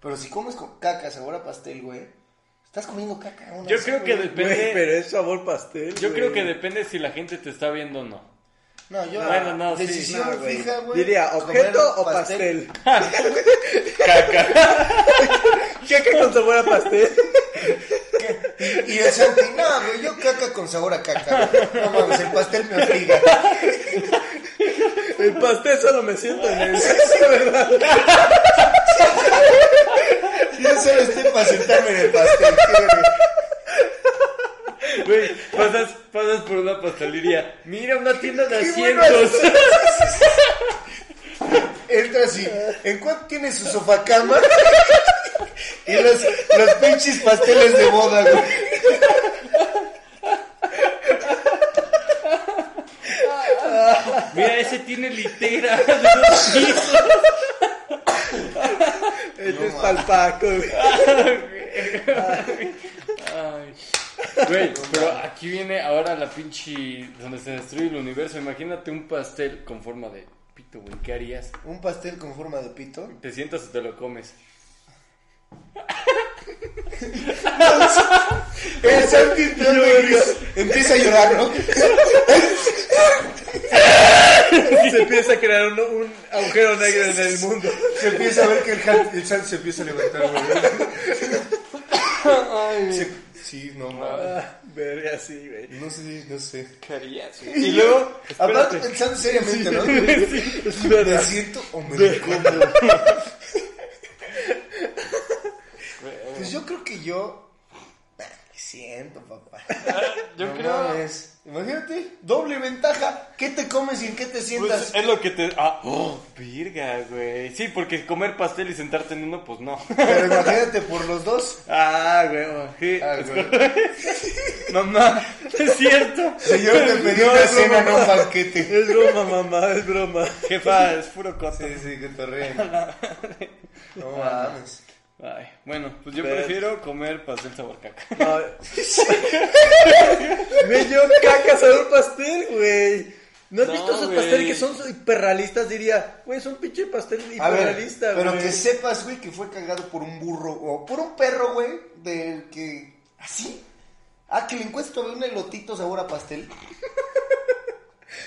Speaker 2: Pero si comes con caca, sabor a pastel, güey, estás comiendo caca. aún
Speaker 1: Yo
Speaker 2: así,
Speaker 1: creo que
Speaker 2: güey.
Speaker 1: Depende-
Speaker 3: Güey, pero es sabor pastel.
Speaker 1: Yo
Speaker 3: güey.
Speaker 1: creo que depende si la gente te está viendo o no.
Speaker 2: No, yo...
Speaker 1: Bueno, no, sí,
Speaker 2: decisión
Speaker 3: No, güey.
Speaker 2: fija, güey.
Speaker 3: Diría,
Speaker 2: comer
Speaker 3: ¿objeto o pastel?
Speaker 1: Caca.
Speaker 3: Caca con sabor a pastel.
Speaker 2: Y el Santi, no, güey, yo caca con sabor a caca, güey. No mames, el pastel me obliga.
Speaker 3: El pastel solo me siento en él.
Speaker 2: Yo solo estoy para sentarme en el pastel, qué verga.
Speaker 1: Güey, pasas, pasas por una pastelería. Mira, una tienda de
Speaker 2: Qué bueno
Speaker 1: asientos.
Speaker 2: Entra así. ¿En cuánto tiene su sofá cama? y los, los pinches pasteles de boda, güey.
Speaker 1: Mira, ese tiene litera.
Speaker 3: Este es palpaco, güey.
Speaker 1: Ay. Güey, pero aquí viene ahora la pinche donde se destruye el universo. Imagínate un pastel con forma de pito, güey. ¿Qué harías?
Speaker 2: Un pastel con forma de pito.
Speaker 1: ¿Te sientas o te lo comes?
Speaker 2: El Santi entrando en Dios, empieza a llorar, ¿no?
Speaker 3: Se empieza a crear un, un agujero negro en el mundo.
Speaker 2: Se empieza a ver que el, Jan- el Santi se empieza a levantar, güey. Se- sí, no mames.
Speaker 3: Ah, verga, sí, güey.
Speaker 2: No sé, no sé.
Speaker 1: ¿Qué harías,
Speaker 2: Y luego, aparte pensando seriamente, ¿no? ¿Me
Speaker 3: Espera.
Speaker 2: siento o me lo como? Pues yo creo que yo. Ah, Me siento, papá.
Speaker 1: Yo
Speaker 2: No
Speaker 1: creo.
Speaker 2: mames. Imagínate, doble ventaja. ¿Qué te comes y en qué te sientas?
Speaker 1: Pues es lo que te. Ah, oh, virga, güey. Sí, porque comer pastel y sentarte en uno, pues no.
Speaker 2: Pero imagínate por los dos.
Speaker 1: Ah, güey. Sí.
Speaker 2: Ah, güey.
Speaker 1: Mamá, es cierto.
Speaker 2: Señor, te pedí una cena, no un banquete.
Speaker 3: Es broma, mamá, es broma.
Speaker 1: Jefa, es puro cosa.
Speaker 2: Sí, sí, que te ríen. No mames.
Speaker 1: Ay, bueno, pues yo
Speaker 3: Pero-
Speaker 1: prefiero comer pastel sabor caca.
Speaker 3: No. Güey, yo caca sabor pastel, güey. ¿No has
Speaker 1: No,
Speaker 3: visto esos
Speaker 1: güey.
Speaker 3: pasteles que son hiperrealistas? Diría, güey, es un pinche pastel
Speaker 2: A ver,
Speaker 3: hiperrealista,
Speaker 2: pero
Speaker 3: güey.
Speaker 2: que sepas, güey, que fue cagado por un burro o por un perro, güey, del que. ¿Así? Ah, que le encuentro un elotito sabor a pastel.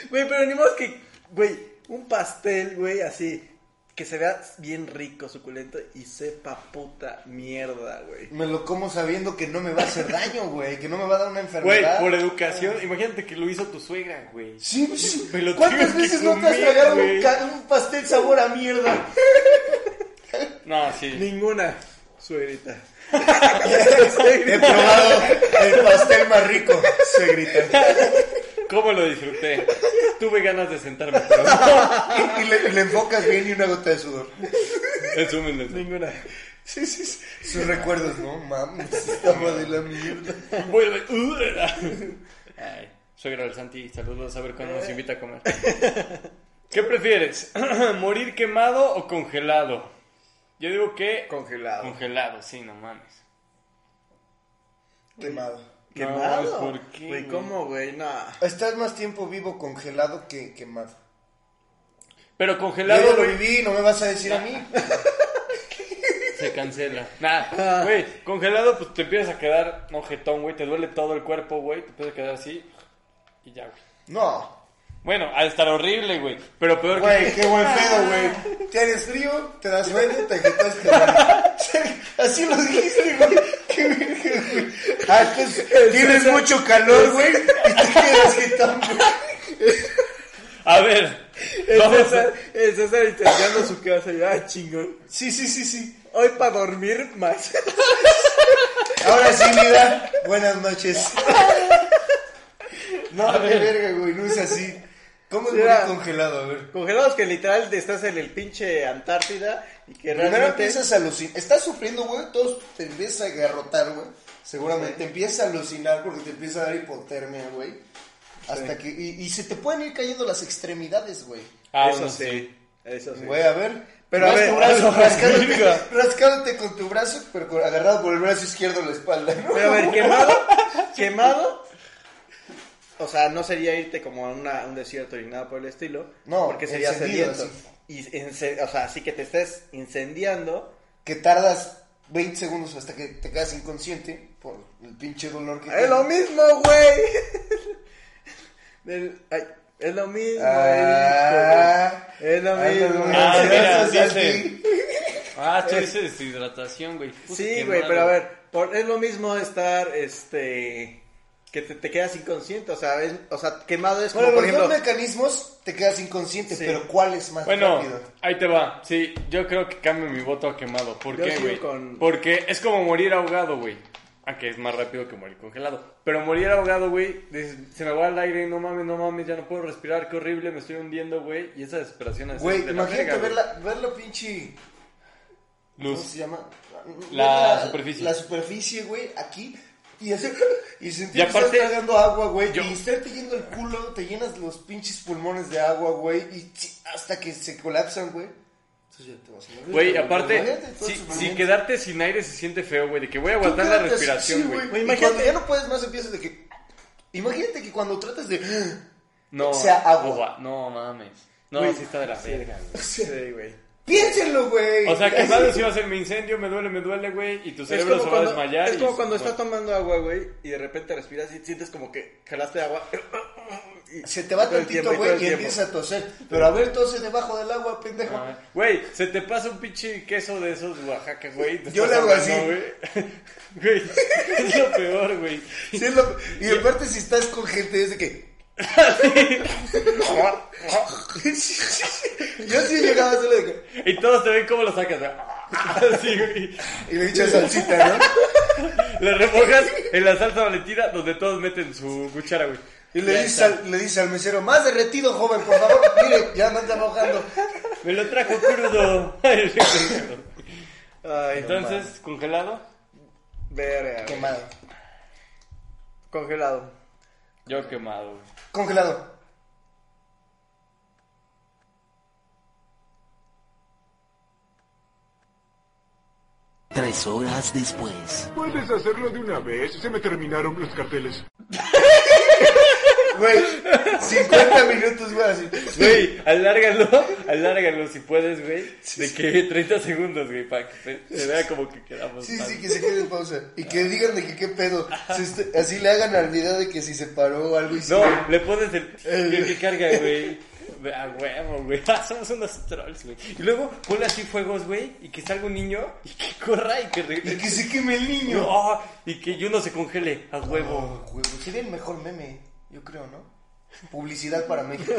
Speaker 3: Güey, pero ni más que, güey, un pastel, güey, así, que se vea bien rico, suculento y sepa puta mierda, güey.
Speaker 2: Me lo como sabiendo que no me va a hacer daño, güey, que no me va a dar una
Speaker 1: Güey,
Speaker 2: enfermedad.
Speaker 1: por educación, imagínate que lo hizo tu suegra, güey.
Speaker 2: Sí, sí.
Speaker 1: Me lo
Speaker 2: ¿Cuántas
Speaker 1: tengo que
Speaker 2: veces no te has
Speaker 1: comer,
Speaker 2: tragado un,
Speaker 1: güey.
Speaker 2: ca- un pastel sabor a mierda?
Speaker 1: No, sí.
Speaker 3: Ninguna, suegrita.
Speaker 2: He probado el pastel más rico, se grita.
Speaker 1: ¿Cómo lo disfruté? Tuve ganas de sentarme, pero
Speaker 2: Y le, le enfocas bien y una gota de sudor.
Speaker 1: resúmenlo.
Speaker 3: Ninguna.
Speaker 2: Sí, sí, sí. Sus recuerdos, no mames, estaba de la mierda.
Speaker 1: Voy a- Ay, suegra del Santi, saludos a ver cuándo nos invita a comer. ¿Qué prefieres? ¿Morir quemado o congelado? Yo digo que
Speaker 3: Congelado.
Speaker 1: congelado, sí, no mames.
Speaker 2: Quemado.
Speaker 3: ¿Quemado?
Speaker 1: No, ¿por qué,
Speaker 3: Güey,
Speaker 1: güey?
Speaker 3: ¿cómo, güey? No.
Speaker 2: Estás más tiempo vivo congelado que quemado.
Speaker 1: Pero
Speaker 2: Yo
Speaker 1: congelado
Speaker 2: ya lo
Speaker 1: güey,
Speaker 2: viví, no me vas a decir a mí.
Speaker 1: se cancela. Nah, güey, congelado pues te empiezas a quedar ojetón, güey, te duele todo el cuerpo, güey, te empiezas a quedar así y ya, güey.
Speaker 2: No.
Speaker 1: Bueno, ha de estar horrible, güey. Pero peor
Speaker 2: Güey,
Speaker 1: que.
Speaker 2: qué buen pedo, güey. Tienes frío, te das sueño, te agitaste, güey. Así lo dijiste, güey. Qué virgen, güey. Ah, que es- tienes mucho calor, güey, y te quedas agitando.
Speaker 1: A ver.
Speaker 3: El
Speaker 1: vamos a-
Speaker 3: César, el César intentando su casa. y, Ah, chingón.
Speaker 2: Sí, sí, sí, sí.
Speaker 3: Hoy para dormir más.
Speaker 2: Ahora sí, mira, buenas noches. No, qué verga, güey, no es así. ¿Cómo es
Speaker 3: Mira.
Speaker 2: morir congelado? A ver.
Speaker 3: Congelados que literal te estás en el pinche Antártida y que
Speaker 2: Primero
Speaker 3: realmente...
Speaker 2: empiezas a alucinar. Estás sufriendo, güey. Todos te empiezas a agarrotar, güey. Seguramente te empiezas a alucinar porque te empieza a dar hipotermia, güey. Hasta que. Y, y se te pueden ir cayendo las extremidades, güey.
Speaker 1: Ah,
Speaker 3: Eso
Speaker 1: no
Speaker 3: sí.
Speaker 1: sé.
Speaker 3: Eso sí.
Speaker 2: Güey, a ver.
Speaker 3: Pero a
Speaker 2: vas
Speaker 3: ver,
Speaker 2: tu brazo,
Speaker 3: a la
Speaker 2: rascándote,
Speaker 3: verga.
Speaker 2: rascándote con tu brazo, pero con- agarrado por el brazo izquierdo a la espalda, ¿no?
Speaker 3: Pero a ver, quemado, quemado. O sea, no sería irte como a una- un desierto ni nada por el estilo.
Speaker 2: No,
Speaker 3: porque sería
Speaker 2: encendido,
Speaker 3: sediento. Y ence- o sea, así que te estés incendiando.
Speaker 2: Que tardas 20 segundos hasta que te quedas inconsciente por el pinche dolor que
Speaker 3: Es lo mismo, güey. Del- ay, es lo mismo.
Speaker 2: Ah,
Speaker 3: hijo, güey. es lo
Speaker 2: ah,
Speaker 3: mismo.
Speaker 2: no,
Speaker 1: Ah,
Speaker 2: no,
Speaker 1: mira,
Speaker 2: gracias a
Speaker 1: dice.
Speaker 2: ti.
Speaker 1: Ah, tú dices deshidratación, güey. Puta,
Speaker 3: Sí,
Speaker 1: qué
Speaker 3: güey,
Speaker 1: mal,
Speaker 3: pero a ver, por- es lo mismo estar, este, que te, te quedas inconsciente, o sea, es- o sea, quemado es como,
Speaker 2: Bueno, los
Speaker 3: por ejemplo,
Speaker 2: dos mecanismos te quedas inconsciente,
Speaker 3: Sí.
Speaker 2: pero ¿cuál es más
Speaker 1: Bueno,
Speaker 2: rápido?
Speaker 1: ahí te va. Sí, yo creo que cambio mi voto a quemado. ¿Por
Speaker 3: Yo
Speaker 1: qué,
Speaker 3: sigo
Speaker 1: güey?
Speaker 3: con-
Speaker 1: Porque es como morir ahogado, güey. Aunque es más rápido que morir congelado. Pero morir ahogado, güey, dices, se me va el aire, no mames, no mames, ya no puedo respirar, qué horrible, me estoy hundiendo, güey. Y esa desesperación es
Speaker 2: Güey,
Speaker 1: de la
Speaker 2: imagínate
Speaker 1: verga, güey.
Speaker 2: ver, la, ver la pinche... ¿Cómo se
Speaker 1: Luz.
Speaker 2: llama?
Speaker 1: La
Speaker 2: Ver
Speaker 1: superficie.
Speaker 2: La superficie, güey, aquí. Y, hacer, y sentir
Speaker 1: Y aparte-
Speaker 2: que estás tragando agua, güey.
Speaker 1: Yo-
Speaker 2: Y estarte yendo el culo, te llenas los pinches pulmones de agua, güey. Y chi- hasta que se colapsan, güey. Entonces ya te vas a morir.
Speaker 1: Güey,
Speaker 2: Pero
Speaker 1: aparte,
Speaker 2: imagínate todo
Speaker 1: si,
Speaker 2: superviviente.
Speaker 1: si quedarte sin aire se siente feo, güey, de que voy a
Speaker 2: Tú
Speaker 1: aguantar la
Speaker 2: quédate así,
Speaker 1: respiración, güey.
Speaker 2: Y
Speaker 3: Imagínate-
Speaker 2: cuando ya no puedes más empiezas de que... Imagínate que cuando tratas de...
Speaker 1: no,
Speaker 2: o sea, agua.
Speaker 1: boba, No mames. No,
Speaker 3: Güey,
Speaker 1: sí está de la
Speaker 3: sí.
Speaker 1: verga, güey.
Speaker 3: sí, güey.
Speaker 2: Piénsenlo, güey.
Speaker 1: O sea, quemado si va a ser mi incendio, me duele, me duele, güey, y tu
Speaker 3: Es
Speaker 1: cerebro
Speaker 3: como,
Speaker 1: se va
Speaker 3: cuando,
Speaker 1: a desmayar.
Speaker 3: es
Speaker 1: y-
Speaker 3: como cuando estás
Speaker 1: bueno.
Speaker 3: tomando agua, güey, y de repente respiras y sientes como que jalaste agua. y-
Speaker 2: Se te va
Speaker 3: todo el tiempo,
Speaker 2: tantito,
Speaker 3: todo
Speaker 2: güey,
Speaker 3: el
Speaker 2: y
Speaker 3: tiempo.
Speaker 2: empieza a toser. Pero a ver, tose debajo del agua, pendejo.
Speaker 1: Ah, Güey, se te pasa un pinche queso de esos de Oaxaca, güey. te
Speaker 2: Yo
Speaker 1: estás
Speaker 2: le hago así.
Speaker 1: ahogando, Güey, Güey, es lo peor, güey.
Speaker 2: Sí, es lo- Y aparte, si estás con gente, es de que. Yo sí llegaba solo de que.
Speaker 1: Y todos te ven cómo lo sacas. güey. Así, güey.
Speaker 2: Y le echa salsita, ¿no?
Speaker 1: Le remojas en la salsa valentina donde todos meten su cuchara, güey.
Speaker 2: Y le dice, al, le dice al mesero, más derretido, joven, por favor. Mire, ya me anda mojando.
Speaker 1: Me lo trajo crudo. Ay, güey.
Speaker 3: Ay,
Speaker 1: Entonces, congelado.
Speaker 3: verga. güey.
Speaker 2: Quemado.
Speaker 3: Congelado.
Speaker 1: Yo quemado, güey.
Speaker 2: Congelado.
Speaker 4: Tres horas después.
Speaker 5: ¿Puedes hacerlo de una vez? Se me terminaron los carteles.
Speaker 2: Güey, 50 minutos, güey, así.
Speaker 1: Güey, alárgalo, alárgalo si puedes, güey. De que 30 segundos, güey, para que se, se vea como que quedamos.
Speaker 2: Sí,
Speaker 1: mal.
Speaker 2: sí, que se quede en pausa. Y que digan de que qué pedo. Si usted- así le hagan al video de que si se paró o algo y se-
Speaker 1: No, le pones el. ¿Qué, qué carga, güey? Ve, A huevo, güey. Ah, somos unos trolls, güey. Y luego ponle así fuegos, güey. Y que salga un niño y que corra y que
Speaker 2: Y
Speaker 1: regrese.
Speaker 2: que se queme el niño.
Speaker 1: No, y que yo no se congele. A huevo.
Speaker 2: Oh, güey, sería el mejor meme, yo creo, ¿no? Publicidad para México.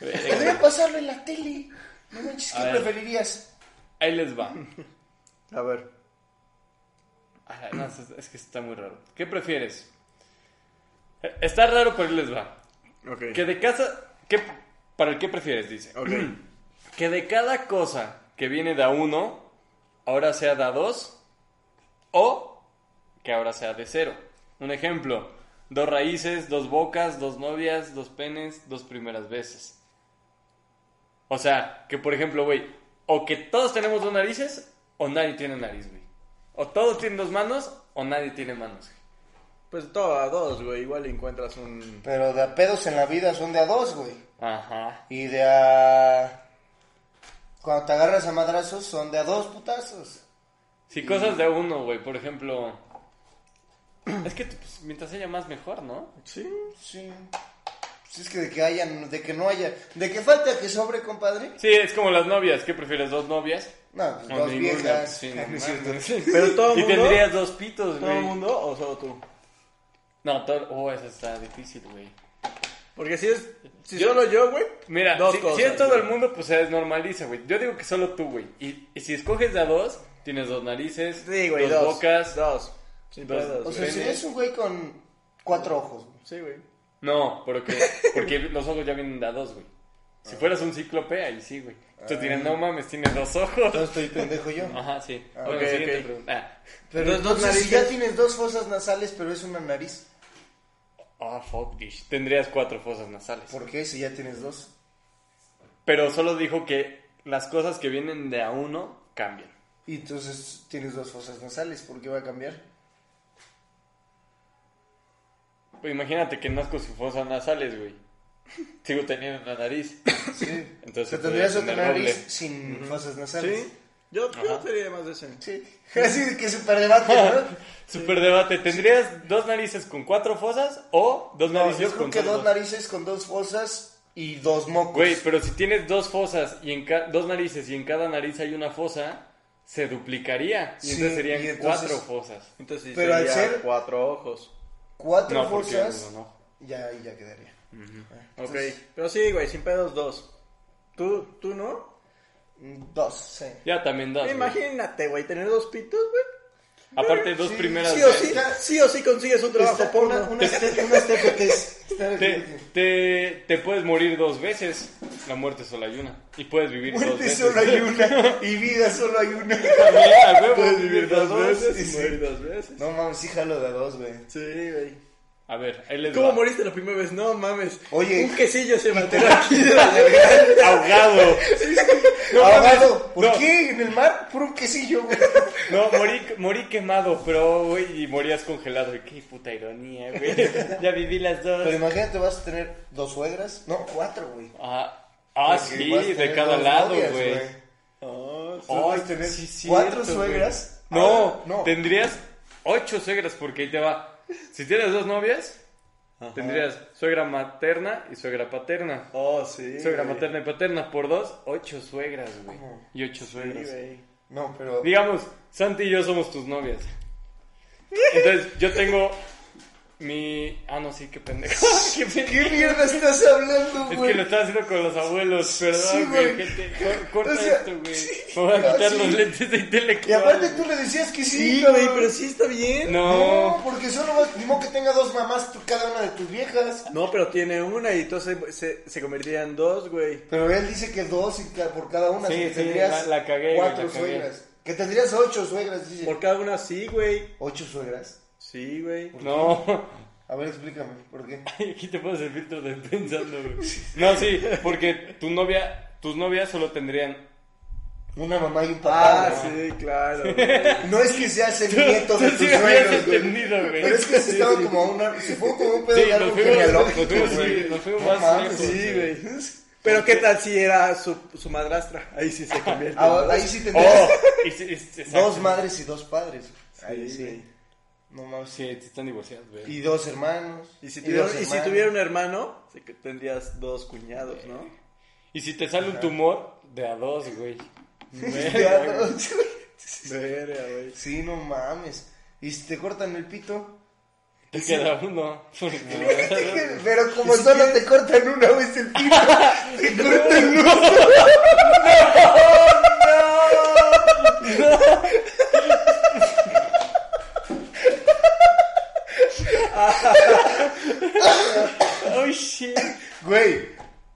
Speaker 2: Podría pasarlo en la tele. No manches, ¿qué
Speaker 1: A ver.
Speaker 2: preferirías?
Speaker 1: Ahí les va.
Speaker 3: A ver.
Speaker 1: Ah, no, es, es que está muy raro. ¿Qué prefieres? Eh, Está raro, pero ahí les va.
Speaker 3: Ok.
Speaker 1: Que de casa. ¿qué, ¿Para el qué prefieres? Dice.
Speaker 3: Ok.
Speaker 1: Que de cada cosa que viene de a uno, ahora sea de a dos, o que ahora sea de cero. Un ejemplo, dos raíces, dos bocas, dos novias, dos penes, dos primeras veces. O sea, que por ejemplo, güey, o que todos tenemos dos narices, o nadie tiene nariz, güey. O todos tienen dos manos, o nadie tiene manos.
Speaker 3: Pues todo a dos, güey. Igual encuentras un.
Speaker 2: Pero de a pedos en la vida son de a dos, güey.
Speaker 1: Ajá.
Speaker 2: Y de a... Cuando te agarras a madrazos son de a dos putazos.
Speaker 1: Si cosas de a uno, güey, por ejemplo... Es que pues, mientras haya más, mejor, ¿no?
Speaker 3: Sí.
Speaker 2: Sí. Pues es que de que haya, de que no haya, de que falta que sobre, compadre.
Speaker 1: Sí, es como las novias. ¿Qué prefieres, dos novias?
Speaker 2: No, pues
Speaker 1: O
Speaker 2: dos
Speaker 1: ninguna.
Speaker 2: viejas.
Speaker 1: Sí,
Speaker 2: Ah,
Speaker 1: no
Speaker 2: no es cierto.
Speaker 1: mames. Sí.
Speaker 3: Pero todo el
Speaker 1: Y
Speaker 3: mundo-
Speaker 1: tendrías dos pitos,
Speaker 3: ¿Todo el
Speaker 1: güey.
Speaker 3: mundo o solo tú?
Speaker 1: No, todo... Oh, eso está difícil, güey.
Speaker 3: Porque si es. Si
Speaker 1: Yo-
Speaker 3: solo yo, güey.
Speaker 1: Mira,
Speaker 3: dos
Speaker 1: si,
Speaker 3: cosas,
Speaker 1: si es todo
Speaker 3: güey.
Speaker 1: el mundo, pues se desnormaliza, güey. Yo digo que solo tú, güey. Y, y si escoges de a dos, tienes dos narices,
Speaker 3: Sí, güey.
Speaker 1: dos, bocas.
Speaker 3: Dos. Sin
Speaker 1: dos-
Speaker 3: pedos,
Speaker 2: O
Speaker 3: güey.
Speaker 2: sea, si es un güey con cuatro ojos. güey.
Speaker 3: Sí, güey.
Speaker 1: No, porque, porque los ojos ya vienen de a dos, güey. Si
Speaker 3: Ah.
Speaker 1: fueras un cíclope, ahí sí, güey. Entonces dirán, no mames, tienes dos ojos.
Speaker 2: Entonces estoy pendejo yo.
Speaker 1: Ajá, sí.
Speaker 3: Ah, ok,
Speaker 1: Bueno, siguiente
Speaker 3: ok.
Speaker 1: pregunta. Ah.
Speaker 3: Pero es dos
Speaker 2: Entonces, si ya
Speaker 3: narices.
Speaker 2: tienes dos fosas nasales, pero es una nariz.
Speaker 1: Ah, oh, fuck, dish. Tendrías cuatro fosas nasales.
Speaker 2: ¿Por qué si ya tienes dos?
Speaker 1: Pero solo dijo que las cosas que vienen de a uno cambian.
Speaker 2: Y entonces tienes dos fosas nasales, ¿por qué va a cambiar?
Speaker 1: Pues imagínate que nazco sin fosas nasales, güey. Sigo teniendo una nariz.
Speaker 2: Sí.
Speaker 1: Entonces
Speaker 2: Entonces, tendrías
Speaker 1: podría
Speaker 2: otra
Speaker 1: tener
Speaker 2: nariz
Speaker 1: doble.
Speaker 2: sin fosas nasales.
Speaker 3: Sí. Yo, yo
Speaker 1: Ajá.
Speaker 3: sería más de ese.
Speaker 2: Sí. Así que super debate, ¿no?
Speaker 1: Super debate. ¿Tendrías dos narices con cuatro fosas o dos
Speaker 2: No,
Speaker 1: narices
Speaker 2: yo creo
Speaker 1: con
Speaker 2: que
Speaker 1: solo
Speaker 2: dos narices con dos fosas y dos mocos.
Speaker 1: Güey, pero si tienes dos fosas y en ca- dos narices y en cada nariz hay una fosa, se duplicaría. Y
Speaker 2: Sí,
Speaker 1: entonces serían
Speaker 2: y entonces-
Speaker 1: cuatro fosas.
Speaker 3: Entonces, sí
Speaker 2: Pero al
Speaker 3: sería
Speaker 2: ser-
Speaker 3: cuatro ojos.
Speaker 2: Cuatro
Speaker 1: No, porque
Speaker 2: fosas.
Speaker 1: uno
Speaker 2: Ya, ahí ya quedaría. Ah,
Speaker 3: Ok.
Speaker 2: entonces,
Speaker 3: Pero sí, güey, sin pedos, dos. ¿Tú, tú no?
Speaker 2: mm, Dos, sí.
Speaker 1: Ya también dos. güey.
Speaker 3: Imagínate, güey, tener dos pitos, güey.
Speaker 1: Aparte, dos
Speaker 2: Sí,
Speaker 1: primeras.
Speaker 3: Sí o
Speaker 1: veces.
Speaker 3: sí, sí o sí consigues un trabajo
Speaker 2: Está-
Speaker 3: porno.
Speaker 2: una, una, este- una estepetes. Está de
Speaker 1: Te,
Speaker 2: acuerdo.
Speaker 1: te, te puedes morir dos veces. La muerte solo hay una. Y puedes vivir dos
Speaker 2: Muerte
Speaker 1: veces.
Speaker 2: solo hay una y vida solo hay una.
Speaker 1: Mira, güey,
Speaker 2: Puedes
Speaker 1: puedes vivir dos veces.
Speaker 2: y
Speaker 3: Morir dos veces.
Speaker 2: No mames, sí jalo de dos, güey.
Speaker 3: Sí, güey.
Speaker 1: A ver, ahí les
Speaker 3: ¿Cómo
Speaker 1: va.
Speaker 3: moriste la primera vez? No mames.
Speaker 2: Oye.
Speaker 3: Un quesillo se mantuvo aquí. de la
Speaker 1: Ahogado. No,
Speaker 2: Ahogado. ¿Por
Speaker 1: no.
Speaker 2: qué? ¿En el mar? Puro quesillo, güey.
Speaker 1: No, morí, morí quemado, pero, güey, y morías congelado. Qué puta ironía, güey. Ya viví las dos.
Speaker 2: Pero imagínate, vas a tener dos suegras. No, cuatro, güey.
Speaker 1: Ah, ah
Speaker 2: Porque
Speaker 1: sí,
Speaker 2: vas a
Speaker 1: de
Speaker 2: tener
Speaker 1: cada
Speaker 2: dos
Speaker 1: lado,
Speaker 2: novias,
Speaker 1: güey.
Speaker 3: Oh, sí.
Speaker 1: Ay,
Speaker 2: vas a tener
Speaker 1: sí,
Speaker 2: cuatro
Speaker 1: cierto,
Speaker 2: suegras.
Speaker 1: güey.
Speaker 2: Ahora,
Speaker 1: No,
Speaker 2: no.
Speaker 1: tendrías ocho suegras porque ahí te va. Si tienes dos novias, tendrías suegra materna y suegra paterna.
Speaker 3: Oh, sí.
Speaker 1: Suegra
Speaker 3: güey.
Speaker 1: materna y paterna por dos, ocho suegras, güey. Y ocho
Speaker 3: Sí,
Speaker 1: suegras.
Speaker 3: güey.
Speaker 2: No, pero.
Speaker 1: Digamos, Santi y yo somos tus novias. Entonces, yo tengo mi... Ah, no, sí, qué pendejo. qué pendejo.
Speaker 2: ¿Qué mierda estás hablando,
Speaker 1: Es
Speaker 2: güey?
Speaker 1: que lo estaba haciendo con los abuelos, perdón,
Speaker 2: Sí,
Speaker 1: güey.
Speaker 2: güey.
Speaker 1: gente. Co- Corta
Speaker 2: O sea,
Speaker 1: esto, güey. Me voy a quitar
Speaker 2: sí.
Speaker 1: los lentes de intelectual.
Speaker 2: Y aparte tú le decías que sí,
Speaker 3: Sí,
Speaker 2: cabrón.
Speaker 3: güey, pero sí está bien.
Speaker 1: No.
Speaker 2: No, porque solo vas. Ni modo que tenga dos mamás tú, cada una de tus viejas.
Speaker 3: No, pero tiene una y entonces se, se convertiría en dos, güey.
Speaker 2: Pero él dice que dos y ca- por cada una.
Speaker 1: Sí,
Speaker 2: así que
Speaker 1: sí,
Speaker 2: tendrías
Speaker 1: la- la cagué, güey,
Speaker 2: Cuatro
Speaker 1: la cagué.
Speaker 2: suegras. Que tendrías ocho suegras, dice.
Speaker 3: Por cada una sí, güey.
Speaker 2: ¿Ocho suegras?
Speaker 3: Sí, güey.
Speaker 1: No,
Speaker 2: A ver, explícame, ¿por qué?
Speaker 1: aquí te pones el filtro de pensando, güey. No, sí, porque tu novia, tus novias solo tendrían.
Speaker 2: Una mamá y un papá.
Speaker 3: Ah,
Speaker 2: güey.
Speaker 3: sí, claro. güey.
Speaker 2: No es que seas el nieto de
Speaker 1: tú
Speaker 2: tus
Speaker 1: sí habías
Speaker 2: suegros, güey.
Speaker 1: entendido, güey.
Speaker 2: Pero es que se estaba como a una... Se fue como un pedo
Speaker 1: Sí,
Speaker 2: de
Speaker 1: nos
Speaker 2: algo
Speaker 1: fuimos, nos
Speaker 2: genealógico,
Speaker 1: fuimos,
Speaker 2: güey.
Speaker 1: sí, nos fuimos
Speaker 2: No
Speaker 1: más
Speaker 2: mames,
Speaker 1: lejos.
Speaker 3: Sí, güey. Pero qué tal si era su, su madrastra. Ahí sí se convierte.
Speaker 2: Ahora, Ah, ahí sí
Speaker 1: Oh,
Speaker 2: tendrías
Speaker 1: y sí, es- exacto.
Speaker 2: dos madres y dos padres. Ahí sí. No mames.
Speaker 1: Sí, te están divorciados, güey.
Speaker 2: Y dos hermanos.
Speaker 3: Y si,
Speaker 2: dos
Speaker 3: tuviera, y si
Speaker 2: hermanas.
Speaker 3: tuviera un hermano, se que tendrías dos cuñados, ¿no?
Speaker 1: Y si te sale un tumor, de a dos, güey.
Speaker 2: Ya, dos, güey.
Speaker 3: Verga, güey.
Speaker 2: Sí, no mames. Y si te cortan el pito.
Speaker 1: Te queda uno. Porque-
Speaker 2: Pero como solo te cortan una vez el pito, te cortan dos.
Speaker 1: Oh, shit.
Speaker 2: Güey,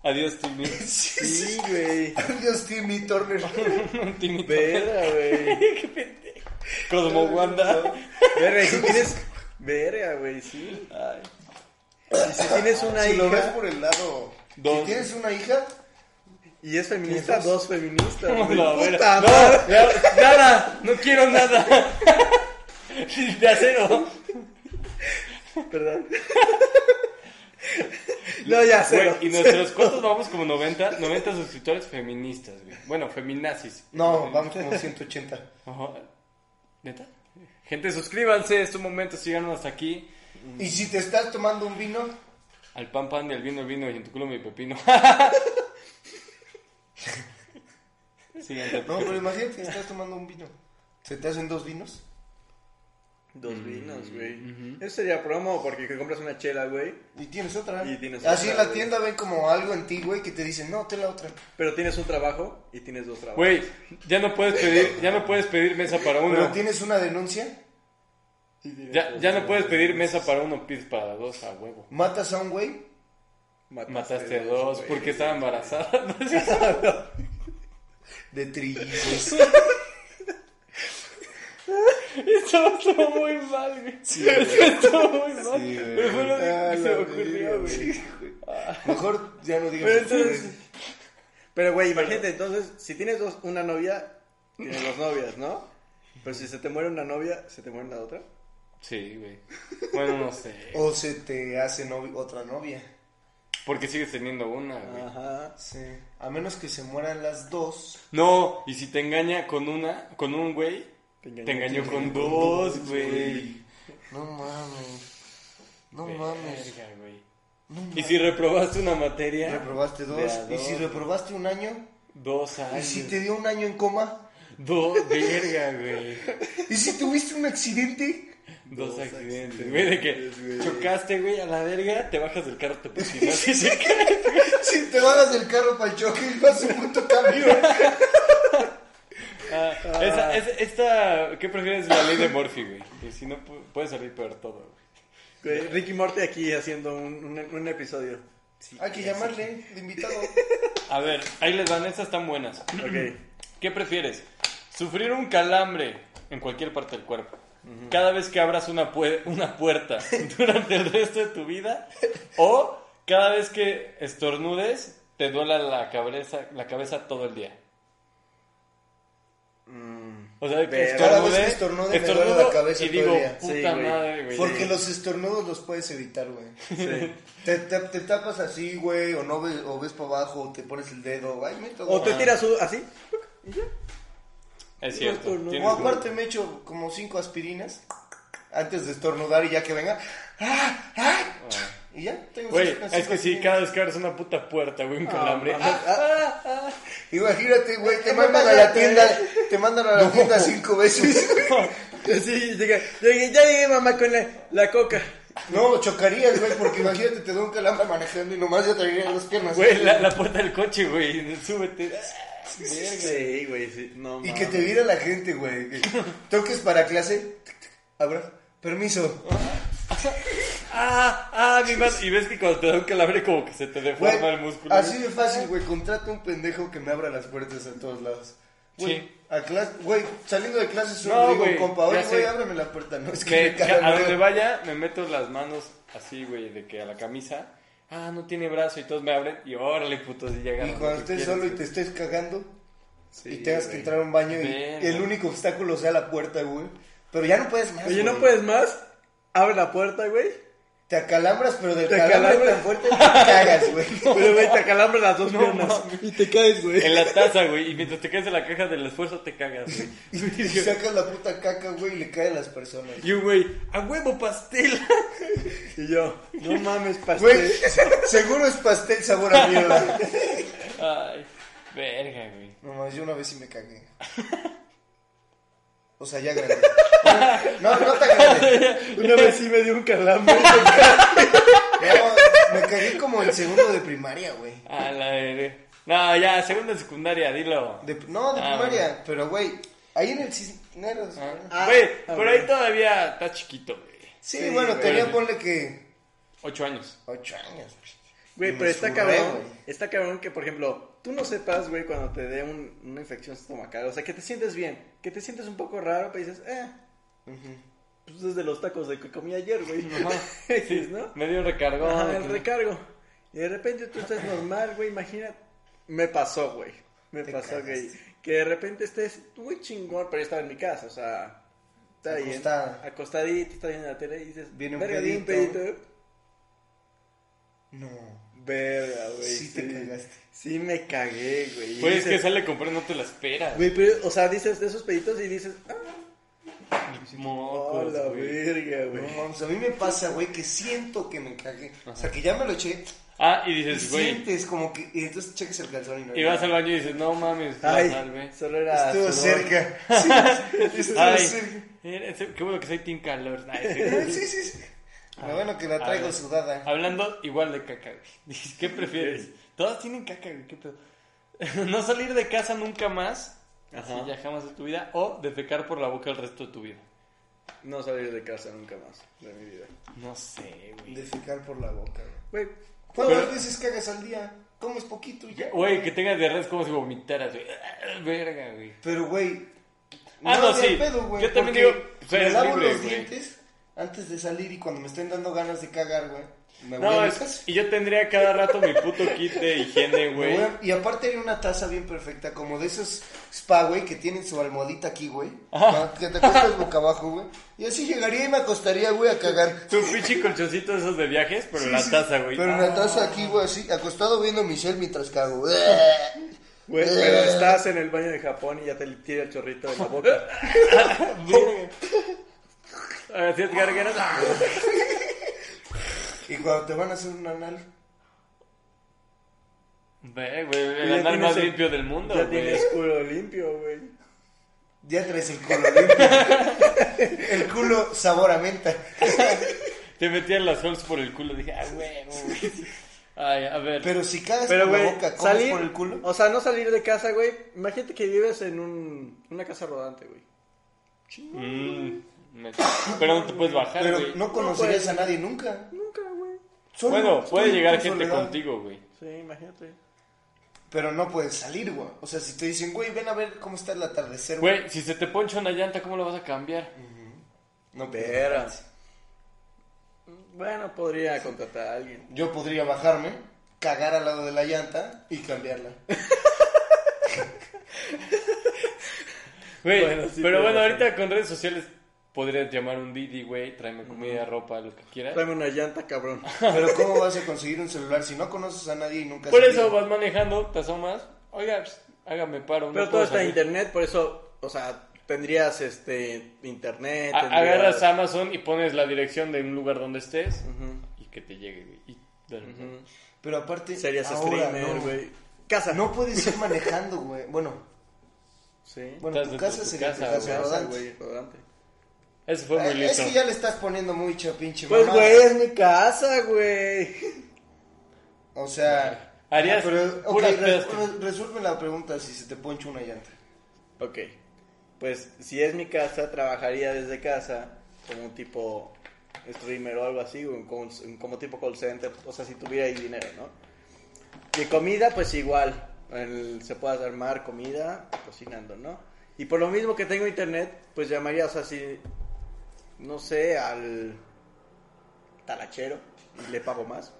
Speaker 1: Adiós, Timmy.
Speaker 3: Sí, güey.
Speaker 2: Dios Timmy Turner.
Speaker 1: Timmy.
Speaker 3: Verga, güey.
Speaker 1: Como Wanda.
Speaker 3: Verga, y si tienes. Verga, güey, sí.
Speaker 1: Ay.
Speaker 3: Y si tienes una
Speaker 2: Si lo ves
Speaker 3: hija
Speaker 2: por el lado.
Speaker 1: Dos.
Speaker 2: Si tienes una hija,
Speaker 3: y es feminista, dos feministas.
Speaker 1: No,
Speaker 3: güey.
Speaker 1: la
Speaker 3: Puta
Speaker 1: verga.
Speaker 3: madre.
Speaker 1: No, ya, nada, no quiero nada. De acero.
Speaker 3: Perdón. No, ya cero.
Speaker 1: Güey, y nuestros cuantos vamos como 90, 90 suscriptores feministas, güey. Bueno, feminazis.
Speaker 2: no, vamos como 180.
Speaker 1: Ajá. ¿Neta? Gente, suscríbanse, es tu momento, síganos hasta aquí.
Speaker 2: Y si te estás tomando un vino,
Speaker 1: Al pan pan y al vino el vino y en tu culo mi pepino. Siguiente.
Speaker 2: No, pero imagínate que estás tomando un vino. ¿Se te hacen dos vinos?
Speaker 3: Dos vinos, güey. Eso sería promo porque que compras una chela, güey.
Speaker 2: Y tienes otra.
Speaker 3: Y tienes
Speaker 2: Así
Speaker 3: otra,
Speaker 2: en la
Speaker 3: güey.
Speaker 2: tienda ven como algo en ti, güey, que te dicen, no, te la otra.
Speaker 3: Pero tienes un trabajo y tienes dos trabajos.
Speaker 1: Güey, ya no puedes pedir, ya no puedes pedir mesa para
Speaker 2: Pero
Speaker 1: uno.
Speaker 2: tienes una denuncia,
Speaker 1: Ya, ya no puedes pedir mesa para uno, pides para dos a huevo.
Speaker 2: matas a un güey.
Speaker 1: Mataste a dos
Speaker 3: güey.
Speaker 1: porque estaba embarazada.
Speaker 2: De trillizos.
Speaker 1: Eso estuvo muy mal, güey. estuvo muy mal. pero fue lo único
Speaker 2: Ah,
Speaker 1: que se me ocurrió, güey.
Speaker 2: Mejor ya no digas.
Speaker 3: Pero Pues, entonces. Pero, güey, imagínate, entonces, si tienes dos, una novia, tienes dos novias, ¿no? Pero si se te muere una novia, ¿se te muere la otra?
Speaker 1: Sí, güey. Bueno, no sé.
Speaker 2: O se te hace novi- otra novia.
Speaker 1: Porque sigues teniendo una, güey.
Speaker 3: Ajá.
Speaker 2: Sí. A menos que se mueran las dos.
Speaker 1: No, y si te engaña con una, con un güey,
Speaker 3: Te
Speaker 1: te
Speaker 3: engañó
Speaker 1: engañó,
Speaker 3: con-
Speaker 1: con dos, güey.
Speaker 2: No mames. No mames.
Speaker 1: Verga, güey. Y si reprobaste una materia,
Speaker 2: Reprobaste dos.
Speaker 1: De a
Speaker 2: ¿Y si
Speaker 1: dos.
Speaker 2: reprobaste un año?
Speaker 1: dos
Speaker 2: ¿Y
Speaker 1: años.
Speaker 2: si te dio un año en coma?
Speaker 1: Dos, verga, güey.
Speaker 2: ¿Y si tuviste un accidente?
Speaker 1: Dos accidentes, güey, de que chocaste, güey, a la verga, te bajas del carro, te pusiste.
Speaker 2: Si te bajas del carro para el choque y vas a un puto cambio.
Speaker 1: esa, esa- esta, ¿qué prefieres? La ley de Murphy, güey. Que si no, pu- puede salir peor todo, güey.
Speaker 3: Güey, Ricky Morty aquí haciendo un, un, un episodio.
Speaker 2: Hay que llamarle de invitado.
Speaker 1: A ver, ahí les van, estas están buenas.
Speaker 3: Ok.
Speaker 1: ¿Qué prefieres? ¿Sufrir un calambre en cualquier parte del cuerpo? Cada vez que abras una, pue- una puerta durante el resto de tu vida o cada vez que estornudes te duela la cabeza, la cabeza todo el día. O sea, que
Speaker 3: Verga.
Speaker 2: Mm, Cada vez que
Speaker 1: estornude,
Speaker 2: estornude me duele
Speaker 1: estornudo
Speaker 2: la cabeza
Speaker 1: y
Speaker 2: todo
Speaker 1: digo,
Speaker 2: el día.
Speaker 1: puta
Speaker 3: Sí, güey.
Speaker 1: madre, güey.
Speaker 2: Porque los estornudos los puedes evitar, güey.
Speaker 3: Sí.
Speaker 2: Te, te- te tapas así, güey, o no ves, o ves para abajo, o te pones el dedo. Ay, me tocó.
Speaker 3: O te tiras un- así.
Speaker 1: Es cierto.
Speaker 3: estornudo.
Speaker 1: tienes
Speaker 2: O aparte me echo como cinco aspirinas antes de estornudar y ya que venga. ¡Ah! ¡Ah! Y ya tengo
Speaker 1: Güey,
Speaker 2: cinco-
Speaker 1: es que sí,
Speaker 2: cinco
Speaker 1: cada vez que abres una puta puerta, güey, un calambre.
Speaker 3: Ah.
Speaker 2: aspirinas. Imagínate, güey, te
Speaker 3: No
Speaker 2: mandan a la
Speaker 3: manches,
Speaker 2: tienda, te mandan a la tienda cinco veces.
Speaker 3: Sí, llegué, llegué- ya llegué, mamá, con la, la coca.
Speaker 2: No, chocarías, güey, porque imagínate, te da un calambre manejando y nomás ya traerían las piernas.
Speaker 1: Güey, la, la puerta del coche, güey, súbete.
Speaker 3: Sí, güey, sí. No,
Speaker 2: Y
Speaker 3: mames.
Speaker 2: que te viera la gente, güey. que Toques para clase. tic, tic, Abra. Permiso.
Speaker 1: Ah, ah, mi madre. Y ves que cuando te da un calambre como que se te
Speaker 2: Güey,
Speaker 1: deforma el músculo.
Speaker 2: así de fácil, güey. Contrata un pendejo que me abra las puertas en todos lados. Güey,
Speaker 1: Sí.
Speaker 2: a clase, güey, saliendo de clases solo
Speaker 1: No,
Speaker 2: digo,
Speaker 1: güey,
Speaker 2: compa, oye,
Speaker 1: ya
Speaker 2: güey,
Speaker 1: sé.
Speaker 2: ábreme la puerta, no es que
Speaker 1: Me-
Speaker 2: me
Speaker 1: que
Speaker 2: cagan,
Speaker 1: a donde
Speaker 2: güey.
Speaker 1: vaya me meto las manos así, güey, de que a la camisa. Ah, no tiene brazo y todos me abren y órale, putos, y llegan.
Speaker 2: Y cuando estés solo y te estés cagando y tengas que entrar a un baño y
Speaker 1: Verga.
Speaker 2: el único obstáculo sea la puerta, güey. Pero ya no puedes más.
Speaker 3: Oye, ¿no
Speaker 2: güey.
Speaker 3: puedes más? Abre la puerta, güey.
Speaker 2: Te acalambras, pero del
Speaker 3: Te
Speaker 2: calambre
Speaker 3: acalambras.
Speaker 2: tan fuerte te cagas, güey.
Speaker 3: Pero, güey, te acalambran las dos
Speaker 1: No
Speaker 3: piernas. Y te caes, güey.
Speaker 1: En la taza, güey, y mientras te caes en la caja del esfuerzo te cagas, güey.
Speaker 2: Y sacas la puta caca, güey, y le cae a las personas.
Speaker 1: Y un güey, a huevo pastel.
Speaker 3: Y yo, no mames, pastel.
Speaker 2: Güey, seguro es pastel sabor a mierda.
Speaker 1: Ay, verga, güey.
Speaker 2: No mames, yo una vez sí me cagué. O sea, ya grande. No, no tan grande.
Speaker 3: Una vez sí me dio un calambre.
Speaker 2: No, me cagué como en segundo de primaria, güey.
Speaker 1: A la verga. No, ya, segunda secundaria, dilo.
Speaker 2: De- no, de
Speaker 1: Ah,
Speaker 2: primaria, pero güey, ahí en el Cisneros. güey.
Speaker 1: Güey,
Speaker 3: ah,
Speaker 1: por ahí todavía está chiquito, güey.
Speaker 2: sí,
Speaker 3: sí,
Speaker 2: bueno,
Speaker 3: güey.
Speaker 2: tenía ponle que
Speaker 1: Ocho años.
Speaker 2: ocho años. güey.
Speaker 3: Güey,
Speaker 2: Me
Speaker 3: pero está
Speaker 2: zurré,
Speaker 3: cabrón.
Speaker 2: güey.
Speaker 3: Está cabrón que, por ejemplo, tú no sepas, güey, cuando te dé un- una infección estomacal. O sea, que te sientes bien. Que te sientes un poco raro, pero dices, eh. Pues desde los tacos de que comí ayer, güey. Dices, ¿no?
Speaker 1: Medio recargó.
Speaker 2: Ah,
Speaker 3: Ajá, el recargo. Y de repente tú estás normal, güey, imagina. Me pasó, güey. Me
Speaker 2: Te
Speaker 3: pasó,
Speaker 2: cagaste.
Speaker 3: güey. Que de repente estés muy chingón, pero yo estaba en mi casa, o sea. Está ahí,
Speaker 2: Acostada.
Speaker 3: acostadito, está viendo la tele y dices,
Speaker 2: Viene un
Speaker 3: "Verga, di
Speaker 2: pedito".
Speaker 3: pedito.
Speaker 2: No.
Speaker 3: Verga, güey.
Speaker 2: Sí te cagaste.
Speaker 3: Sí me cagué, güey.
Speaker 1: Güey, es
Speaker 3: Y
Speaker 1: Pues, que
Speaker 3: dices,
Speaker 1: sale a comprar, no te la esperas.
Speaker 3: Güey, pero, o sea, dices de esos peditos y dices, ah, ¡Oh,
Speaker 1: Mocos,
Speaker 3: la
Speaker 1: güey.
Speaker 3: verga,
Speaker 2: No
Speaker 3: güey!
Speaker 2: mames, a mí me pasa, güey, que siento que me cagué. O sea, que ya me lo eché.
Speaker 1: Ah, y
Speaker 2: Y
Speaker 1: dices, güey.
Speaker 2: sientes como que. Y entonces cheques el calzón y no.
Speaker 1: Y vas al baño y dices, no mames, la
Speaker 3: ¡Ay!
Speaker 1: salvé.
Speaker 3: Solo era
Speaker 2: Estuvo
Speaker 3: sudor.
Speaker 2: cerca. Sí, estuvo
Speaker 1: Ay,
Speaker 2: cerca.
Speaker 1: eh, eh, qué bueno que soy Team Calor. Ay, sí.
Speaker 2: Sí, sí, sí. Lo bueno que la
Speaker 1: A
Speaker 2: traigo
Speaker 1: ver,
Speaker 2: sudada.
Speaker 1: Hablando igual de caca, güey. Dices, ¿Qué prefieres? Todas tienen caca, güey. ¿Qué pedo? No salir de casa nunca más. Así
Speaker 3: Ajá.
Speaker 1: ya jamás de tu vida. O defecar por la boca el resto de tu vida.
Speaker 3: No salir de casa nunca más de mi vida.
Speaker 1: No sé, güey.
Speaker 2: Defecar por la boca. güey.
Speaker 3: Güey,
Speaker 2: ¿Cuántas
Speaker 1: Pero-
Speaker 2: veces cagas al día? Comes poquito y ya.
Speaker 1: Güey, que tengas diarrea es como si vomitaras, güey. Verga, güey.
Speaker 2: Pero, güey.
Speaker 1: Ah, no,
Speaker 2: ni al
Speaker 1: sí.
Speaker 2: güey,
Speaker 1: Yo también
Speaker 2: porque
Speaker 1: digo, pues,
Speaker 2: Me
Speaker 1: eres
Speaker 2: lavo
Speaker 1: libre,
Speaker 2: los
Speaker 1: güey.
Speaker 2: dientes antes de salir y cuando me estén dando ganas de cagar, güey. Me voy
Speaker 1: No,
Speaker 2: a mi
Speaker 1: es-
Speaker 2: casa.
Speaker 1: y yo tendría cada rato mi puto kit de higiene,
Speaker 2: Me
Speaker 1: güey.
Speaker 2: voy a- Y aparte hay una taza bien perfecta, como de esos spa, güey, que tienen su almohadita aquí, güey. ¿no? Que te acuestas boca abajo, güey. Y así llegaría y me acostaría, güey, a cagar.
Speaker 1: Tu pinche colchoncito de esos de viajes, pero en la
Speaker 2: Sí,
Speaker 1: taza, güey.
Speaker 2: Pero
Speaker 1: Ah.
Speaker 2: en la taza aquí, güey, así, acostado viendo Michelle mientras cago.
Speaker 3: güey, pero estás en el baño de Japón y ya te tira el chorrito de la boca.
Speaker 1: Así es, Gargano.
Speaker 2: Y cuando te van a hacer un anal.
Speaker 1: Ve, güey, el
Speaker 3: Ya
Speaker 1: anal
Speaker 3: tienes
Speaker 1: más
Speaker 3: el-
Speaker 1: limpio del mundo,
Speaker 3: Ya
Speaker 1: güey.
Speaker 3: tienes culo limpio, güey.
Speaker 2: Ya traes el culo limpio. El culo sabor a menta.
Speaker 1: Te metían las holes por el culo. Dije, ah, güey, güey. Ay, a ver.
Speaker 2: Pero si cagas
Speaker 3: Pero,
Speaker 2: por la
Speaker 3: güey,
Speaker 2: boca, comes
Speaker 3: salir.
Speaker 2: por el culo.
Speaker 3: O sea, no salir de casa, güey. Imagínate que vives en un, una casa rodante, güey.
Speaker 1: Mm, me- pero no te puedes bajar,
Speaker 2: Pero
Speaker 1: güey.
Speaker 2: no conocerías a nadie nunca.
Speaker 3: Nunca, güey.
Speaker 2: Solo-
Speaker 1: Bueno,
Speaker 2: solo
Speaker 1: puede
Speaker 2: en
Speaker 1: llegar
Speaker 2: tu
Speaker 1: gente
Speaker 2: soledad.
Speaker 1: contigo, güey.
Speaker 3: Sí, imagínate.
Speaker 2: Pero no puedes salir, güey. O sea, si te dicen, güey, ven a ver cómo está el atardecer, güey.
Speaker 1: Güey, si se te poncha una llanta, ¿cómo la vas a cambiar?
Speaker 2: No, pues, pero-
Speaker 3: Pero. Bueno, podría contratar a alguien.
Speaker 2: Yo podría bajarme, cagar al lado de la llanta y cambiarla.
Speaker 1: Güey,
Speaker 3: Bueno,
Speaker 1: pero
Speaker 3: sí, tienes
Speaker 1: bueno,
Speaker 3: razón.
Speaker 1: ahorita con redes sociales podrías llamar un Didi, güey. Tráeme comida, ropa, lo que quieras.
Speaker 3: Tráeme una llanta, cabrón.
Speaker 2: Pero ¿cómo vas a conseguir un celular si no conoces a nadie y nunca has
Speaker 1: Por
Speaker 2: salido?
Speaker 1: eso vas manejando, te asomas. Oiga, pues, hágame paro. no
Speaker 3: Pero todo
Speaker 1: puedo
Speaker 3: está en
Speaker 1: salir.
Speaker 3: internet, por eso, o sea, tendrías este internet.
Speaker 1: A-
Speaker 3: tendrías-
Speaker 1: agarras Amazon y pones la dirección de un lugar donde estés
Speaker 3: Ujú.
Speaker 1: y que te llegue, güey. Y dale.
Speaker 2: Pero aparte,
Speaker 3: Serías
Speaker 2: ahora
Speaker 3: streamer,
Speaker 2: no.
Speaker 3: güey. Casa.
Speaker 2: No puedes ir manejando, güey. Bueno,
Speaker 3: Sí.
Speaker 2: bueno,
Speaker 1: Estás
Speaker 2: tu
Speaker 1: dentro de
Speaker 2: casa
Speaker 1: tu
Speaker 2: sería tu
Speaker 1: casa,
Speaker 2: casa,
Speaker 3: Casa,
Speaker 2: rodante.
Speaker 3: güey, rodante.
Speaker 1: Eso fue muy
Speaker 2: Eh, Es
Speaker 1: listo.
Speaker 2: que ya le estás poniendo mucho pinche
Speaker 3: Pues,
Speaker 2: mamada.
Speaker 3: güey, es mi casa, güey.
Speaker 2: O sea,
Speaker 1: Harías
Speaker 2: pero, ok,
Speaker 1: puras
Speaker 2: re-
Speaker 1: pedas.
Speaker 2: re- resuelve la pregunta si se te poncha una llanta.
Speaker 3: Ok. Pues si es mi casa, trabajaría desde casa como un tipo streamer o algo así, un con- un- como tipo call center, o sea, si tuviera ahí dinero, ¿no? Y comida, pues igual, el- se puede armar comida cocinando, ¿no? Y por lo mismo que tengo internet, pues llamaría, o sea, si, no sé, al talachero, y le pago más.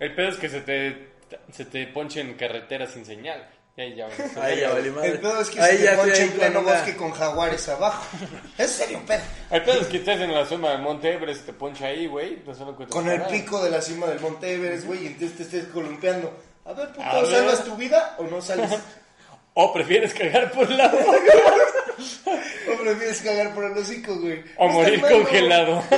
Speaker 1: El pedo es que se te, se te ponche en carretera sin señal. Y ahí ya valió.
Speaker 3: Ahí ya vale madre.
Speaker 2: El pedo es que
Speaker 3: Ahí
Speaker 2: se
Speaker 3: ya
Speaker 2: te
Speaker 3: estoy
Speaker 2: poncha
Speaker 3: ahí
Speaker 2: en pleno
Speaker 3: con una-
Speaker 2: bosque con jaguares abajo. Eso sería un pedo.
Speaker 1: El pedo es que estés en la zona del Monte Everest, te poncha ahí, güey. No se lo encuentras
Speaker 2: Con el
Speaker 1: nada.
Speaker 2: pico de la cima del Monte Everest, güey, y entonces te estés columpiando. A ver, puto,
Speaker 1: A ver.
Speaker 2: ¿salvas tu vida o no sales?
Speaker 1: O prefieres cagar por la boca
Speaker 3: Pues
Speaker 2: ¿O prefieres cagar por el hocico, güey?
Speaker 1: o
Speaker 2: No
Speaker 1: morir
Speaker 2: está malo,
Speaker 1: congelado.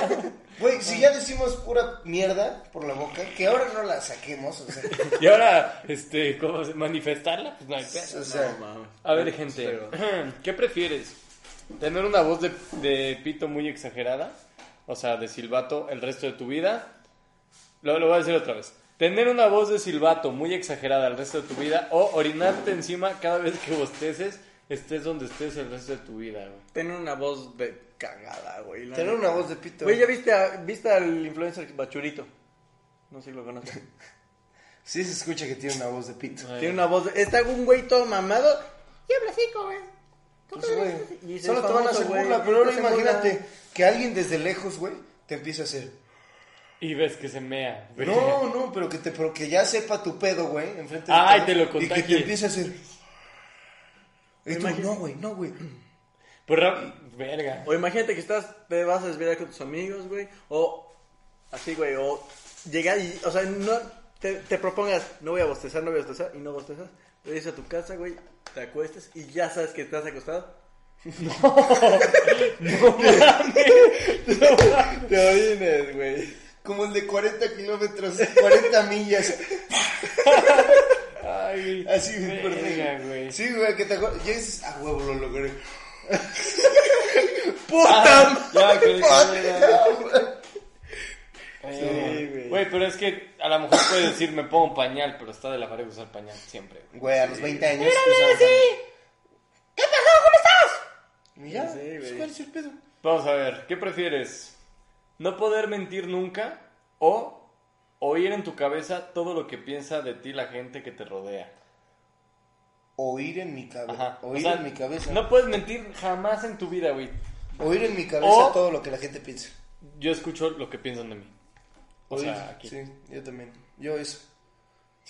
Speaker 2: Güey, si ya decimos pura mierda por la boca, que ahora no la saquemos, o sea.
Speaker 1: y ahora, este, ¿cómo se- manifestarla? Pues no hay pedo.
Speaker 2: o sea,
Speaker 1: A
Speaker 3: Ah,
Speaker 1: ver, gente, ¿qué prefieres? ¿Tener una voz de, de pito muy exagerada? O sea, de silbato el resto de tu vida. Lo, lo voy a decir otra vez. ¿Tener una voz de silbato muy exagerada el resto de tu vida? ¿O orinarte encima cada vez que bosteces, estés donde estés el resto de tu vida? güey?
Speaker 3: Tener una voz de cagada, güey. la
Speaker 2: Tener
Speaker 3: neta.
Speaker 2: una voz de pito.
Speaker 3: Güey, ya viste, a- viste al influencer Bachurito. No sé si lo conoces.
Speaker 2: Sí se escucha que tiene una voz de pito.
Speaker 3: Tiene una voz. de- Está un güey todo mamado. Y habla así, como.
Speaker 2: Pues, güey,
Speaker 3: Y se
Speaker 2: solo
Speaker 3: es
Speaker 2: te van a
Speaker 3: famoso,
Speaker 2: hacer
Speaker 3: güey.
Speaker 2: burla, pero ahora
Speaker 3: Te hacen
Speaker 2: imagínate
Speaker 3: burla.
Speaker 2: que alguien desde lejos, güey, te empieza a hacer.
Speaker 1: Y ves que se mea. güey.
Speaker 2: No, no, pero que te, pero que ya sepa tu pedo, güey, enfrente de
Speaker 1: Ay,
Speaker 2: todos,
Speaker 1: te lo
Speaker 2: Y que
Speaker 1: contagie.
Speaker 2: te empiece a hacer. Y tú,
Speaker 3: Imagínate.
Speaker 2: no, güey, no, güey.
Speaker 1: Pero, Pues ra- verga.
Speaker 3: O imagínate que estás. Te vas a desviar con tus amigos, güey. O. Así, güey. O. Llegar y. O sea, no. Te, te propongas. No voy a bostezar, no voy a bostezar. Y no bostezas. Te vas a tu casa, güey. Te acuestas. Y ya sabes que estás acostado. Te orines, güey.
Speaker 2: Como el de 40 kilómetros, 40 millas.
Speaker 1: Ay,
Speaker 2: Así, güey, por
Speaker 1: verga, güey.
Speaker 2: Sí, güey, que te acuerdas. Ya dices, a huevo lo logré.
Speaker 3: ¡Puta!
Speaker 1: Ah, Ya, que
Speaker 3: Sí, güey.
Speaker 1: Güey, pero es que a lo mejor puedes decir me pongo pañal, pero está de la pared usar pañal siempre. güey.
Speaker 2: Güey, a los 20 años. pues, usaba pañal. Y ya,
Speaker 3: Sí,
Speaker 2: pues,
Speaker 3: güey.
Speaker 2: ¿cuál es el pedo?
Speaker 1: Vamos a ver, ¿qué prefieres? ¿No poder mentir nunca o oír en tu cabeza todo lo que piensa de ti la gente que te rodea?
Speaker 2: Oír en mi
Speaker 1: Ajá.
Speaker 2: cabeza.
Speaker 1: O
Speaker 2: Oír
Speaker 1: sea,
Speaker 2: en mi cabeza.
Speaker 1: No puedes mentir jamás en tu vida, güey.
Speaker 2: Oír en mi cabeza
Speaker 1: O-
Speaker 2: todo lo que la gente piensa.
Speaker 1: Yo escucho lo que piensan de mí. O
Speaker 2: Oír,
Speaker 1: sea, aquí. Sí.
Speaker 2: sí, yo también. Yo eso.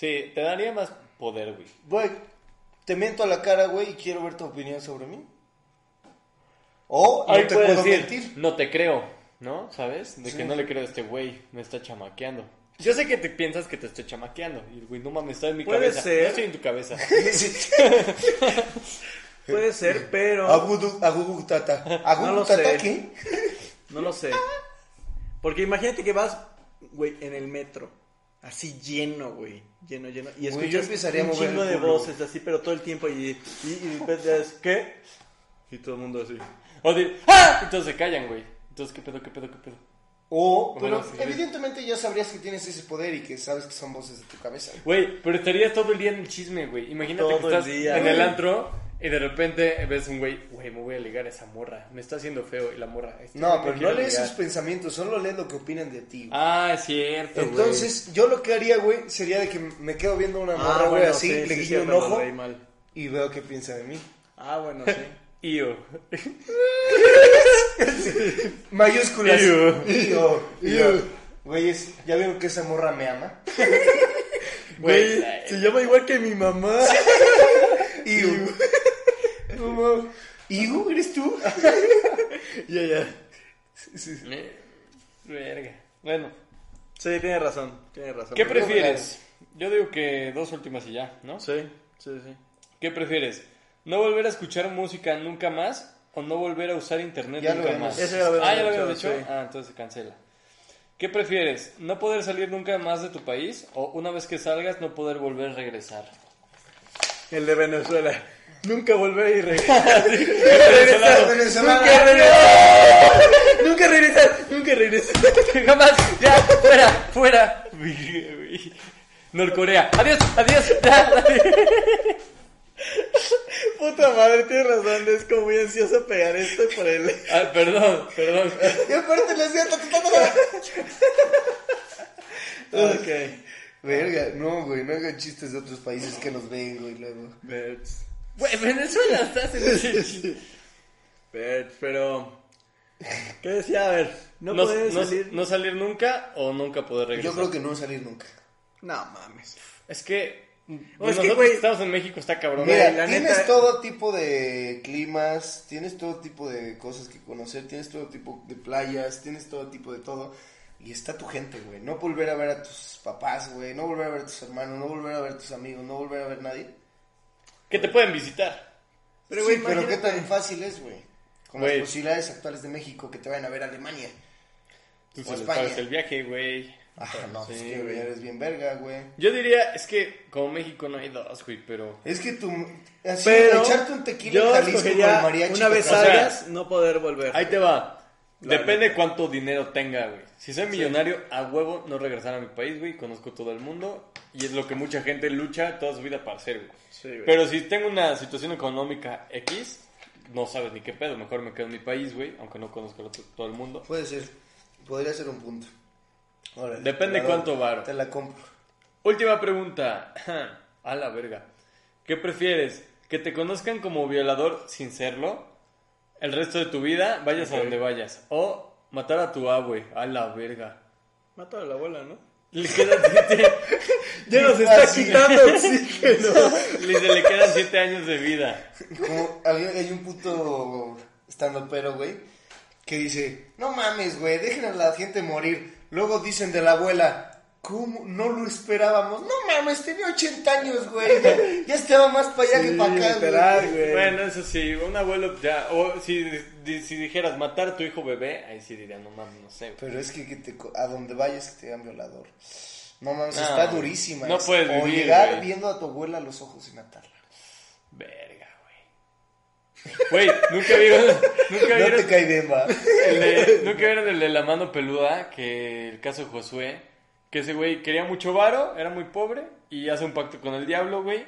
Speaker 1: te daría más poder, güey.
Speaker 2: Güey, te miento a la cara, güey, y quiero ver tu opinión sobre mí. O no
Speaker 1: Ahí
Speaker 2: te
Speaker 1: puedes
Speaker 2: puedo
Speaker 1: decir,
Speaker 2: mentir.
Speaker 1: no te creo, ¿no? ¿Sabes? De
Speaker 2: Sí.
Speaker 1: que no le creo a este güey, me está chamaqueando. Yo sé que te piensas que te estoy chamaqueando. Y el güey, no mames, está en mi
Speaker 3: Puede
Speaker 1: cabeza.
Speaker 3: ser.
Speaker 1: Yo estoy en tu cabeza.
Speaker 2: Sí.
Speaker 3: Puede ser, pero.
Speaker 2: Agudu, agugu tata. Agugu
Speaker 3: No lo
Speaker 2: tata,
Speaker 3: sé.
Speaker 2: ¿qué?
Speaker 3: No lo sé. Porque imagínate que vas, güey, en el metro. Así lleno, güey. Lleno, lleno. Y
Speaker 2: yo
Speaker 3: escuchas
Speaker 2: empezaría a
Speaker 3: un
Speaker 2: mover
Speaker 3: chingo
Speaker 2: el
Speaker 3: de
Speaker 2: culo.
Speaker 3: voces así, pero todo el tiempo. Y, y, y de repente es, ¿qué?
Speaker 1: Y todo el mundo así. O de, ¡ah! Y todos se callan, güey. Entonces, ¿qué pedo, qué pedo, qué pedo?
Speaker 2: O, pero
Speaker 1: Bueno, sí.
Speaker 2: evidentemente ya sabrías que tienes ese poder y que sabes que son voces de tu cabeza.
Speaker 1: Güey, pero estarías todo el día en el chisme, güey. Imagínate que
Speaker 3: Todo el
Speaker 1: estás
Speaker 3: día,
Speaker 1: en
Speaker 3: güey.
Speaker 1: el antro y de repente ves un güey, güey, me voy a ligar a esa morra. Me está haciendo feo y la morra. "Este güey
Speaker 2: No,
Speaker 1: me
Speaker 2: pero no
Speaker 1: quiere
Speaker 2: lees
Speaker 1: ligar".
Speaker 2: sus pensamientos, solo lees lo que opinan de ti. güey.
Speaker 1: Ah, es cierto, güey.
Speaker 2: Entonces, yo lo que haría, güey, sería de que me quedo viendo a
Speaker 1: Ah,
Speaker 2: una morra, güey, así,
Speaker 3: Ah, sí,
Speaker 2: Ah, le
Speaker 3: sí,
Speaker 2: guiño un
Speaker 3: cierto, lo
Speaker 2: ojo
Speaker 3: leí mal.
Speaker 2: y veo qué piensa de mí.
Speaker 3: Ah, bueno, sí.
Speaker 1: Io.
Speaker 2: Mayúsculas.
Speaker 1: Iu.
Speaker 2: Iu,
Speaker 1: Iu.
Speaker 2: iu. Güeyes, ¿ya vieron que esa morra me ama?
Speaker 1: Güey,
Speaker 3: Güey, se llama igual que mi mamá.
Speaker 2: Iu. Iu, ¿eres tú?
Speaker 3: Ya, ya.
Speaker 1: eh, Verga. Bueno,
Speaker 3: Sí, tiene razón, tiene razón.
Speaker 1: ¿qué prefieres? Yo digo que dos últimas y ya, ¿no?
Speaker 3: Sí, sí, sí.
Speaker 1: ¿Qué prefieres? ¿No volver a escuchar música nunca más o no volver a usar internet
Speaker 2: Ya lo
Speaker 1: nunca
Speaker 2: habíamos
Speaker 1: más?
Speaker 3: Eso ya lo habíamos
Speaker 1: ah, ya lo habíamos
Speaker 3: hecho,
Speaker 1: dicho.
Speaker 3: sí.
Speaker 1: Ah, entonces se cancela. ¿Qué prefieres? ¿No poder salir nunca más de tu país o una vez que salgas no poder volver a regresar?
Speaker 3: El de Venezuela. Nunca volver y regresar.
Speaker 2: Venezolano, venezolano.
Speaker 3: Nunca regresar. Nunca regresar. Nunca regresar.
Speaker 1: Jamás, ya, fuera, fuera. Norcorea, adiós, adiós, ya,
Speaker 3: Puta madre, tienes razón. Es como muy ansioso pegar esto por el.
Speaker 1: Ah, perdón, perdón.
Speaker 2: Y aparte le hacía tatatata.
Speaker 3: Ok.
Speaker 2: Verga, no, güey, no hagan chistes de otros países que nos ven, güey, luego.
Speaker 3: Birds.
Speaker 1: Güey, Venezuela estás en
Speaker 3: Birds, pero. ¿Qué decía? A ver, no,
Speaker 1: no,
Speaker 3: puedes
Speaker 1: no-
Speaker 3: salir.
Speaker 1: no salir nunca o nunca poder regresar.
Speaker 2: Yo creo que no salir nunca.
Speaker 3: No mames.
Speaker 1: Es que. pues,
Speaker 3: O es que,
Speaker 1: nosotros que
Speaker 3: güey-
Speaker 1: estamos en México, está cabrón.
Speaker 2: Mira,
Speaker 3: la
Speaker 2: tienes
Speaker 3: neta-
Speaker 2: todo tipo de climas, tienes todo tipo de cosas que conocer, tienes todo tipo de playas, tienes todo tipo de todo. Y está tu gente, güey. No volver a ver a tus papás, güey. No volver a ver a tus hermanos, no volver a ver a tus amigos, no volver a ver a nadie.
Speaker 1: Que te pueden visitar.
Speaker 2: Pero,
Speaker 3: Pero, güey,
Speaker 2: pero qué
Speaker 3: imagínate.
Speaker 2: tan fácil es, güey. Con
Speaker 1: Güey.
Speaker 2: las posibilidades actuales de México que te vayan a ver a Alemania.
Speaker 1: Tú
Speaker 2: O
Speaker 1: se les
Speaker 2: España.
Speaker 1: pagas el viaje, güey.
Speaker 2: Ah, no, pues
Speaker 1: Sí,
Speaker 2: que,
Speaker 1: güey.
Speaker 2: güey, eres bien verga, güey.
Speaker 1: Yo diría, es que como México no hay dos, güey, pero.
Speaker 2: Es que tu. Así,
Speaker 3: Pero.
Speaker 2: echarte un tequila en
Speaker 3: yo
Speaker 2: Jalisco con
Speaker 3: escogería
Speaker 2: el mariachi.
Speaker 3: Una vez
Speaker 2: tocando.
Speaker 1: sea,
Speaker 3: salgas, no poder volver.
Speaker 1: Ahí te va. Depende cuánto dinero tenga, güey. Si soy millonario, a huevo no regresar a mi país, güey. Conozco todo el mundo. Y es lo que mucha gente lucha toda su vida para hacer, güey.
Speaker 3: Sí, güey.
Speaker 1: Pero si tengo una situación económica X, no sabes ni qué pedo. Mejor me quedo en mi país, güey. Aunque no conozco el otro- todo el mundo.
Speaker 2: Puede ser. Podría ser un punto. Órale,
Speaker 1: Depende
Speaker 2: te la
Speaker 1: cuánto
Speaker 2: doy,
Speaker 1: varo.
Speaker 2: Te la compro.
Speaker 1: Última pregunta. A la verga. ¿Qué prefieres? ¿Que te conozcan como violador sin serlo? El resto de tu vida, vayas a donde vayas. O matar a tu abue. A la verga.
Speaker 3: Mata a la abuela, ¿no?
Speaker 1: Le quedan siete,
Speaker 3: Ya nos
Speaker 2: está
Speaker 3: está quitando oxígeno.
Speaker 1: le, le quedan siete años de vida.
Speaker 2: Como, había- hay un puto estando pero, güey, que dice: No mames, güey, dejen a la gente morir. Luego dicen de la abuela: ¿Cómo? No lo esperábamos. No mames, tenía 80 años, güey. Ya, ya estaba más para allá que para acá, güey.
Speaker 3: literal, güey.
Speaker 1: Bueno, eso sí, un abuelo ya. O si, di- si dijeras matar a tu hijo bebé, ahí sí diría, no mames, no sé. güey.
Speaker 2: Pero es que, que te co- a donde vayas que te digan violador. No mames,
Speaker 1: No,
Speaker 2: está durísima.
Speaker 1: no
Speaker 2: esa.
Speaker 1: puedes
Speaker 2: O
Speaker 1: vivir,
Speaker 2: llegar
Speaker 1: güey.
Speaker 2: viendo a tu abuela a los ojos y matarla.
Speaker 1: Verga, güey. Güey, nunca vieron. Nunca
Speaker 2: No
Speaker 1: vieron.
Speaker 2: te cae bien, va.
Speaker 1: El de- ¿Nunca vieron el de la mano peluda? Que el caso de Josué. Que ese güey quería mucho varo, era muy pobre. Y hace un pacto con el diablo, güey.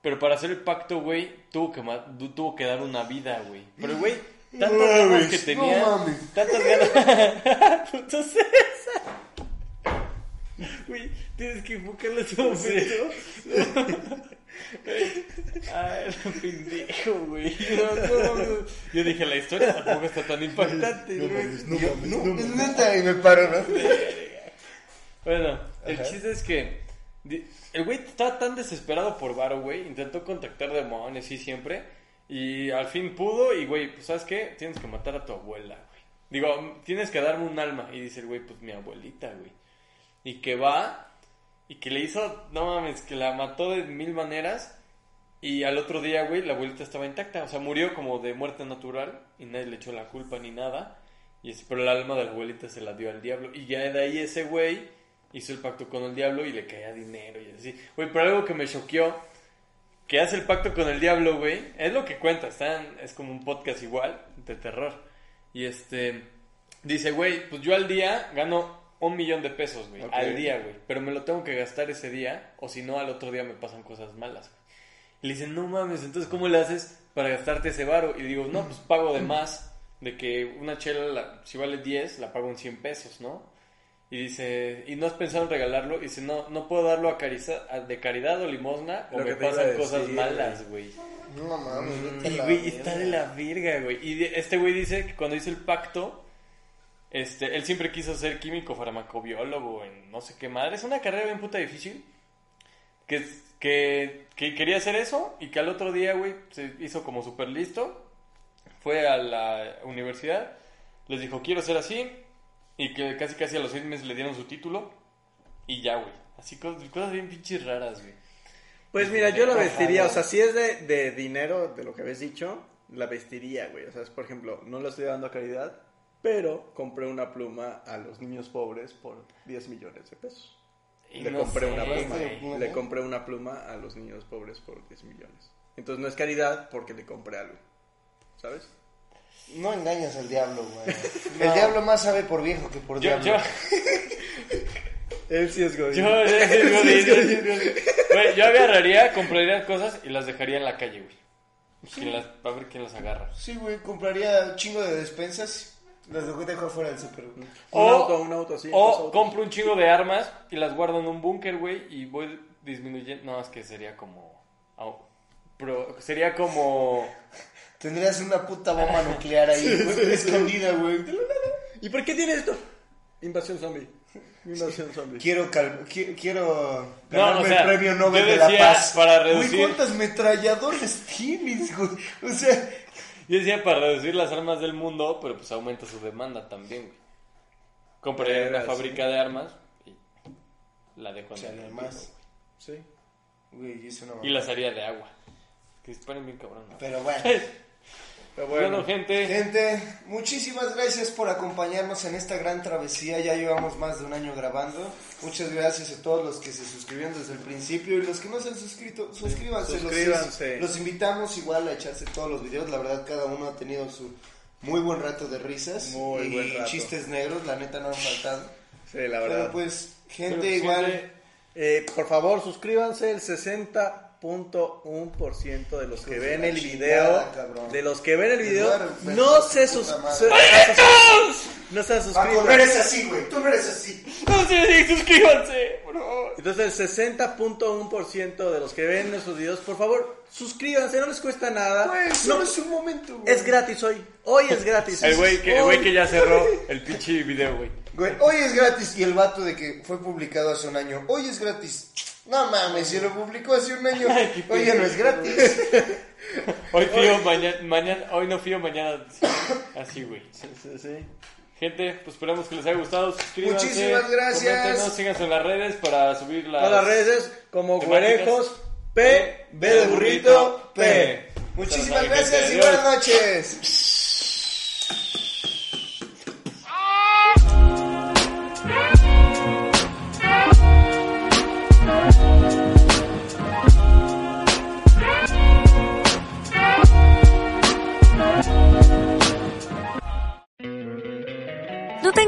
Speaker 1: Pero para hacer el pacto, güey, tuvo que, ma- du- tuvo que dar una vida, güey. Pero, güey, tantas
Speaker 2: No
Speaker 1: ganas
Speaker 2: mames,
Speaker 1: que
Speaker 2: no
Speaker 1: tenía.
Speaker 2: mames.
Speaker 1: tantas ganas. Puto César. Güey, tienes que enfocarlo en todo momento. Ay, lo pendejo, güey. No, no, no. Yo dije, la historia tampoco está tan impactante, güey.
Speaker 2: Y yo, no, es neta, y me paro, ¿no?
Speaker 1: Bueno, el chiste es que di- el güey estaba tan desesperado por varo, güey. Intentó contactar demonios, sí, siempre. Y al fin pudo. Y, güey, pues, ¿sabes qué? Tienes que matar a tu abuela, güey. Digo, m- tienes que darme un alma. Y dice el güey, pues, mi abuelita, güey. Y que va. Y que le hizo, no mames, que la mató de mil maneras. Y al otro día, güey, la abuelita estaba intacta. O sea, murió como de muerte natural. Y nadie le echó la culpa ni nada. Y es- pero el alma de la abuelita se la dio al diablo. Y ya de ahí ese güey hizo el pacto con el diablo y le caía dinero y así. Güey, pero algo que me choqueó. Que hace el pacto con el diablo, güey. Es lo que cuenta. Están, es como un podcast igual de terror. Y este. Dice, güey, pues yo al día gano un millón de pesos, güey. Al día, güey. Pero me lo tengo que gastar ese día. O si no, al otro día me pasan cosas malas, güey. Y le dicen, no mames, entonces ¿cómo le haces para gastarte ese varo? Y digo, no, pues pago de más, de que una chela, la- si vale 10, la pago en 100 pesos, ¿no? Y dice, ¿y no has pensado en regalarlo? Y dice, no, no puedo darlo a cariza- a- de caridad o limosna, o
Speaker 3: Lo
Speaker 1: me
Speaker 3: que te iba a
Speaker 1: pasan
Speaker 3: decir,
Speaker 1: cosas malas, güey.
Speaker 2: No mames, vete a
Speaker 1: Y
Speaker 2: la
Speaker 1: Mm, güey, está
Speaker 2: mierda.
Speaker 1: de la verga, güey. Y de- este güey dice que cuando hizo el pacto, este, él siempre quiso ser químico, farmacobiólogo, en no sé qué madre. Es una carrera bien puta difícil. Que, es- que, que quería hacer eso y que al otro día, güey, se hizo como súper listo. Fue a la universidad, les dijo, quiero ser así. Y que casi casi a los seis meses le dieron su título. Y ya, güey. Así co- cosas bien pinches raras, güey.
Speaker 3: Pues mira, yo la vestiría, o sea, si es de, de dinero, de lo que habéis dicho, la vestiría, güey. O sea, es, por ejemplo, no la estoy dando a caridad, pero compré una pluma a los niños pobres por 10 millones de pesos.
Speaker 1: Y
Speaker 3: le
Speaker 1: no
Speaker 3: compré
Speaker 1: sé,
Speaker 3: una pluma.
Speaker 1: güey.
Speaker 2: güey.
Speaker 3: Le compré una pluma a los niños pobres por 10 millones. Entonces no es caridad porque le compré algo. ¿Sabes?
Speaker 2: No engañas al diablo, güey. El diablo más sabe por viejo que por
Speaker 1: Yo,
Speaker 2: diablo.
Speaker 1: yo,
Speaker 3: Él sí es
Speaker 1: Yo, yo, yo, yo, yo, yo, yo. Güey, yo agarraría, compraría cosas y las dejaría en la calle, güey. Quién las- a ver quién las agarra.
Speaker 2: Sí, güey, compraría un chingo de despensas. Las dejo, dejo afuera del super.
Speaker 3: Un
Speaker 1: O-
Speaker 3: auto, un auto así. dos
Speaker 1: O
Speaker 3: autos.
Speaker 1: compro un chingo de armas y las guardo en un búnker, güey, y voy disminuyendo. No, es que sería como. au- pro- sería como.
Speaker 2: Tendrías una puta bomba nuclear ahí, güey, escondida, güey.
Speaker 3: ¿Y por qué tiene esto? Invasión zombie. Invasión zombie.
Speaker 2: Quiero, cal- qui- quiero
Speaker 1: No,
Speaker 2: ganarme
Speaker 1: o sea,
Speaker 2: el premio Nobel
Speaker 1: yo
Speaker 2: de la
Speaker 1: decía
Speaker 2: Paz.
Speaker 1: para
Speaker 2: Güey,
Speaker 1: reducir-
Speaker 2: ¿cuántas metralladoras tienes, güey? O sea,
Speaker 1: Yo decía para reducir las armas del mundo, pero pues aumenta su demanda también, güey. Compraría una
Speaker 3: Verga,
Speaker 1: fábrica de armas y la dejo en
Speaker 2: Chale,
Speaker 1: el
Speaker 2: más.
Speaker 3: Sí.
Speaker 2: güey, es una
Speaker 1: Y las haría de agua. Que disparen bien cabrón. ¿no?
Speaker 2: Pero bueno.
Speaker 3: Pero
Speaker 1: Bueno,
Speaker 3: bueno.
Speaker 1: gente.
Speaker 2: Gente, muchísimas gracias por acompañarnos en esta gran travesía. Ya llevamos más de un año grabando. Muchas gracias a todos los que se suscribieron desde el principio y los que no se han suscrito, suscríbanse. Los-
Speaker 3: suscríbanse.
Speaker 2: Los, invitamos igual a echarse todos los videos. La verdad, cada uno ha tenido su muy buen rato de risas
Speaker 3: Muy
Speaker 2: y
Speaker 3: buen rato.
Speaker 2: chistes negros. La neta no han faltado.
Speaker 3: Sí, la verdad.
Speaker 2: Pero pues, gente,
Speaker 1: Pero, pues,
Speaker 2: igual.
Speaker 1: gente,
Speaker 3: Eh, por favor, suscríbanse el 60.1% de los que
Speaker 2: Hijos de
Speaker 3: ven
Speaker 2: la
Speaker 3: el
Speaker 2: chingada,
Speaker 3: video,
Speaker 2: cabrón.
Speaker 3: de los que ven el
Speaker 2: Les
Speaker 3: video,
Speaker 2: voy a romper
Speaker 3: no
Speaker 2: su
Speaker 3: se,
Speaker 2: puta
Speaker 3: sus-
Speaker 2: madre.
Speaker 3: se- no se sus- no se
Speaker 2: Paco, no eres
Speaker 3: suscriban.
Speaker 2: así, güey. Tú no eres así.
Speaker 1: No sé, suscríbanse, por favor.
Speaker 3: Entonces, el 60.1% de los que ven nuestros videos, por favor, suscríbanse, no les cuesta nada.
Speaker 2: Güey,
Speaker 3: No,
Speaker 2: solo es un momento, güey.
Speaker 3: es gratis hoy. Hoy es gratis.
Speaker 1: El güey que, el güey
Speaker 3: Hoy-
Speaker 1: que ya cerró el pinche video, güey.
Speaker 2: Güey, hoy es gratis. Y el vato de que fue publicado hace un año. Hoy es gratis. No mames, si lo publicó hace un año. Hoy ya no es gratis.
Speaker 1: Hoy fío, mañana, mañana, hoy no fío, mañana sí. así, güey.
Speaker 3: Sí, sí, sí.
Speaker 1: Gente, pues esperamos que les haya gustado. Suscríbanse.
Speaker 2: Muchísimas gracias.
Speaker 1: coméntenos, síganos en las redes para subir las...
Speaker 3: Todas las redes es como
Speaker 1: Temáticas.
Speaker 3: Güerejos P, B de burrito P.
Speaker 2: Muchísimas
Speaker 1: Muchas
Speaker 2: gracias y
Speaker 1: gracias.
Speaker 2: buenas noches.
Speaker 6: ¿No te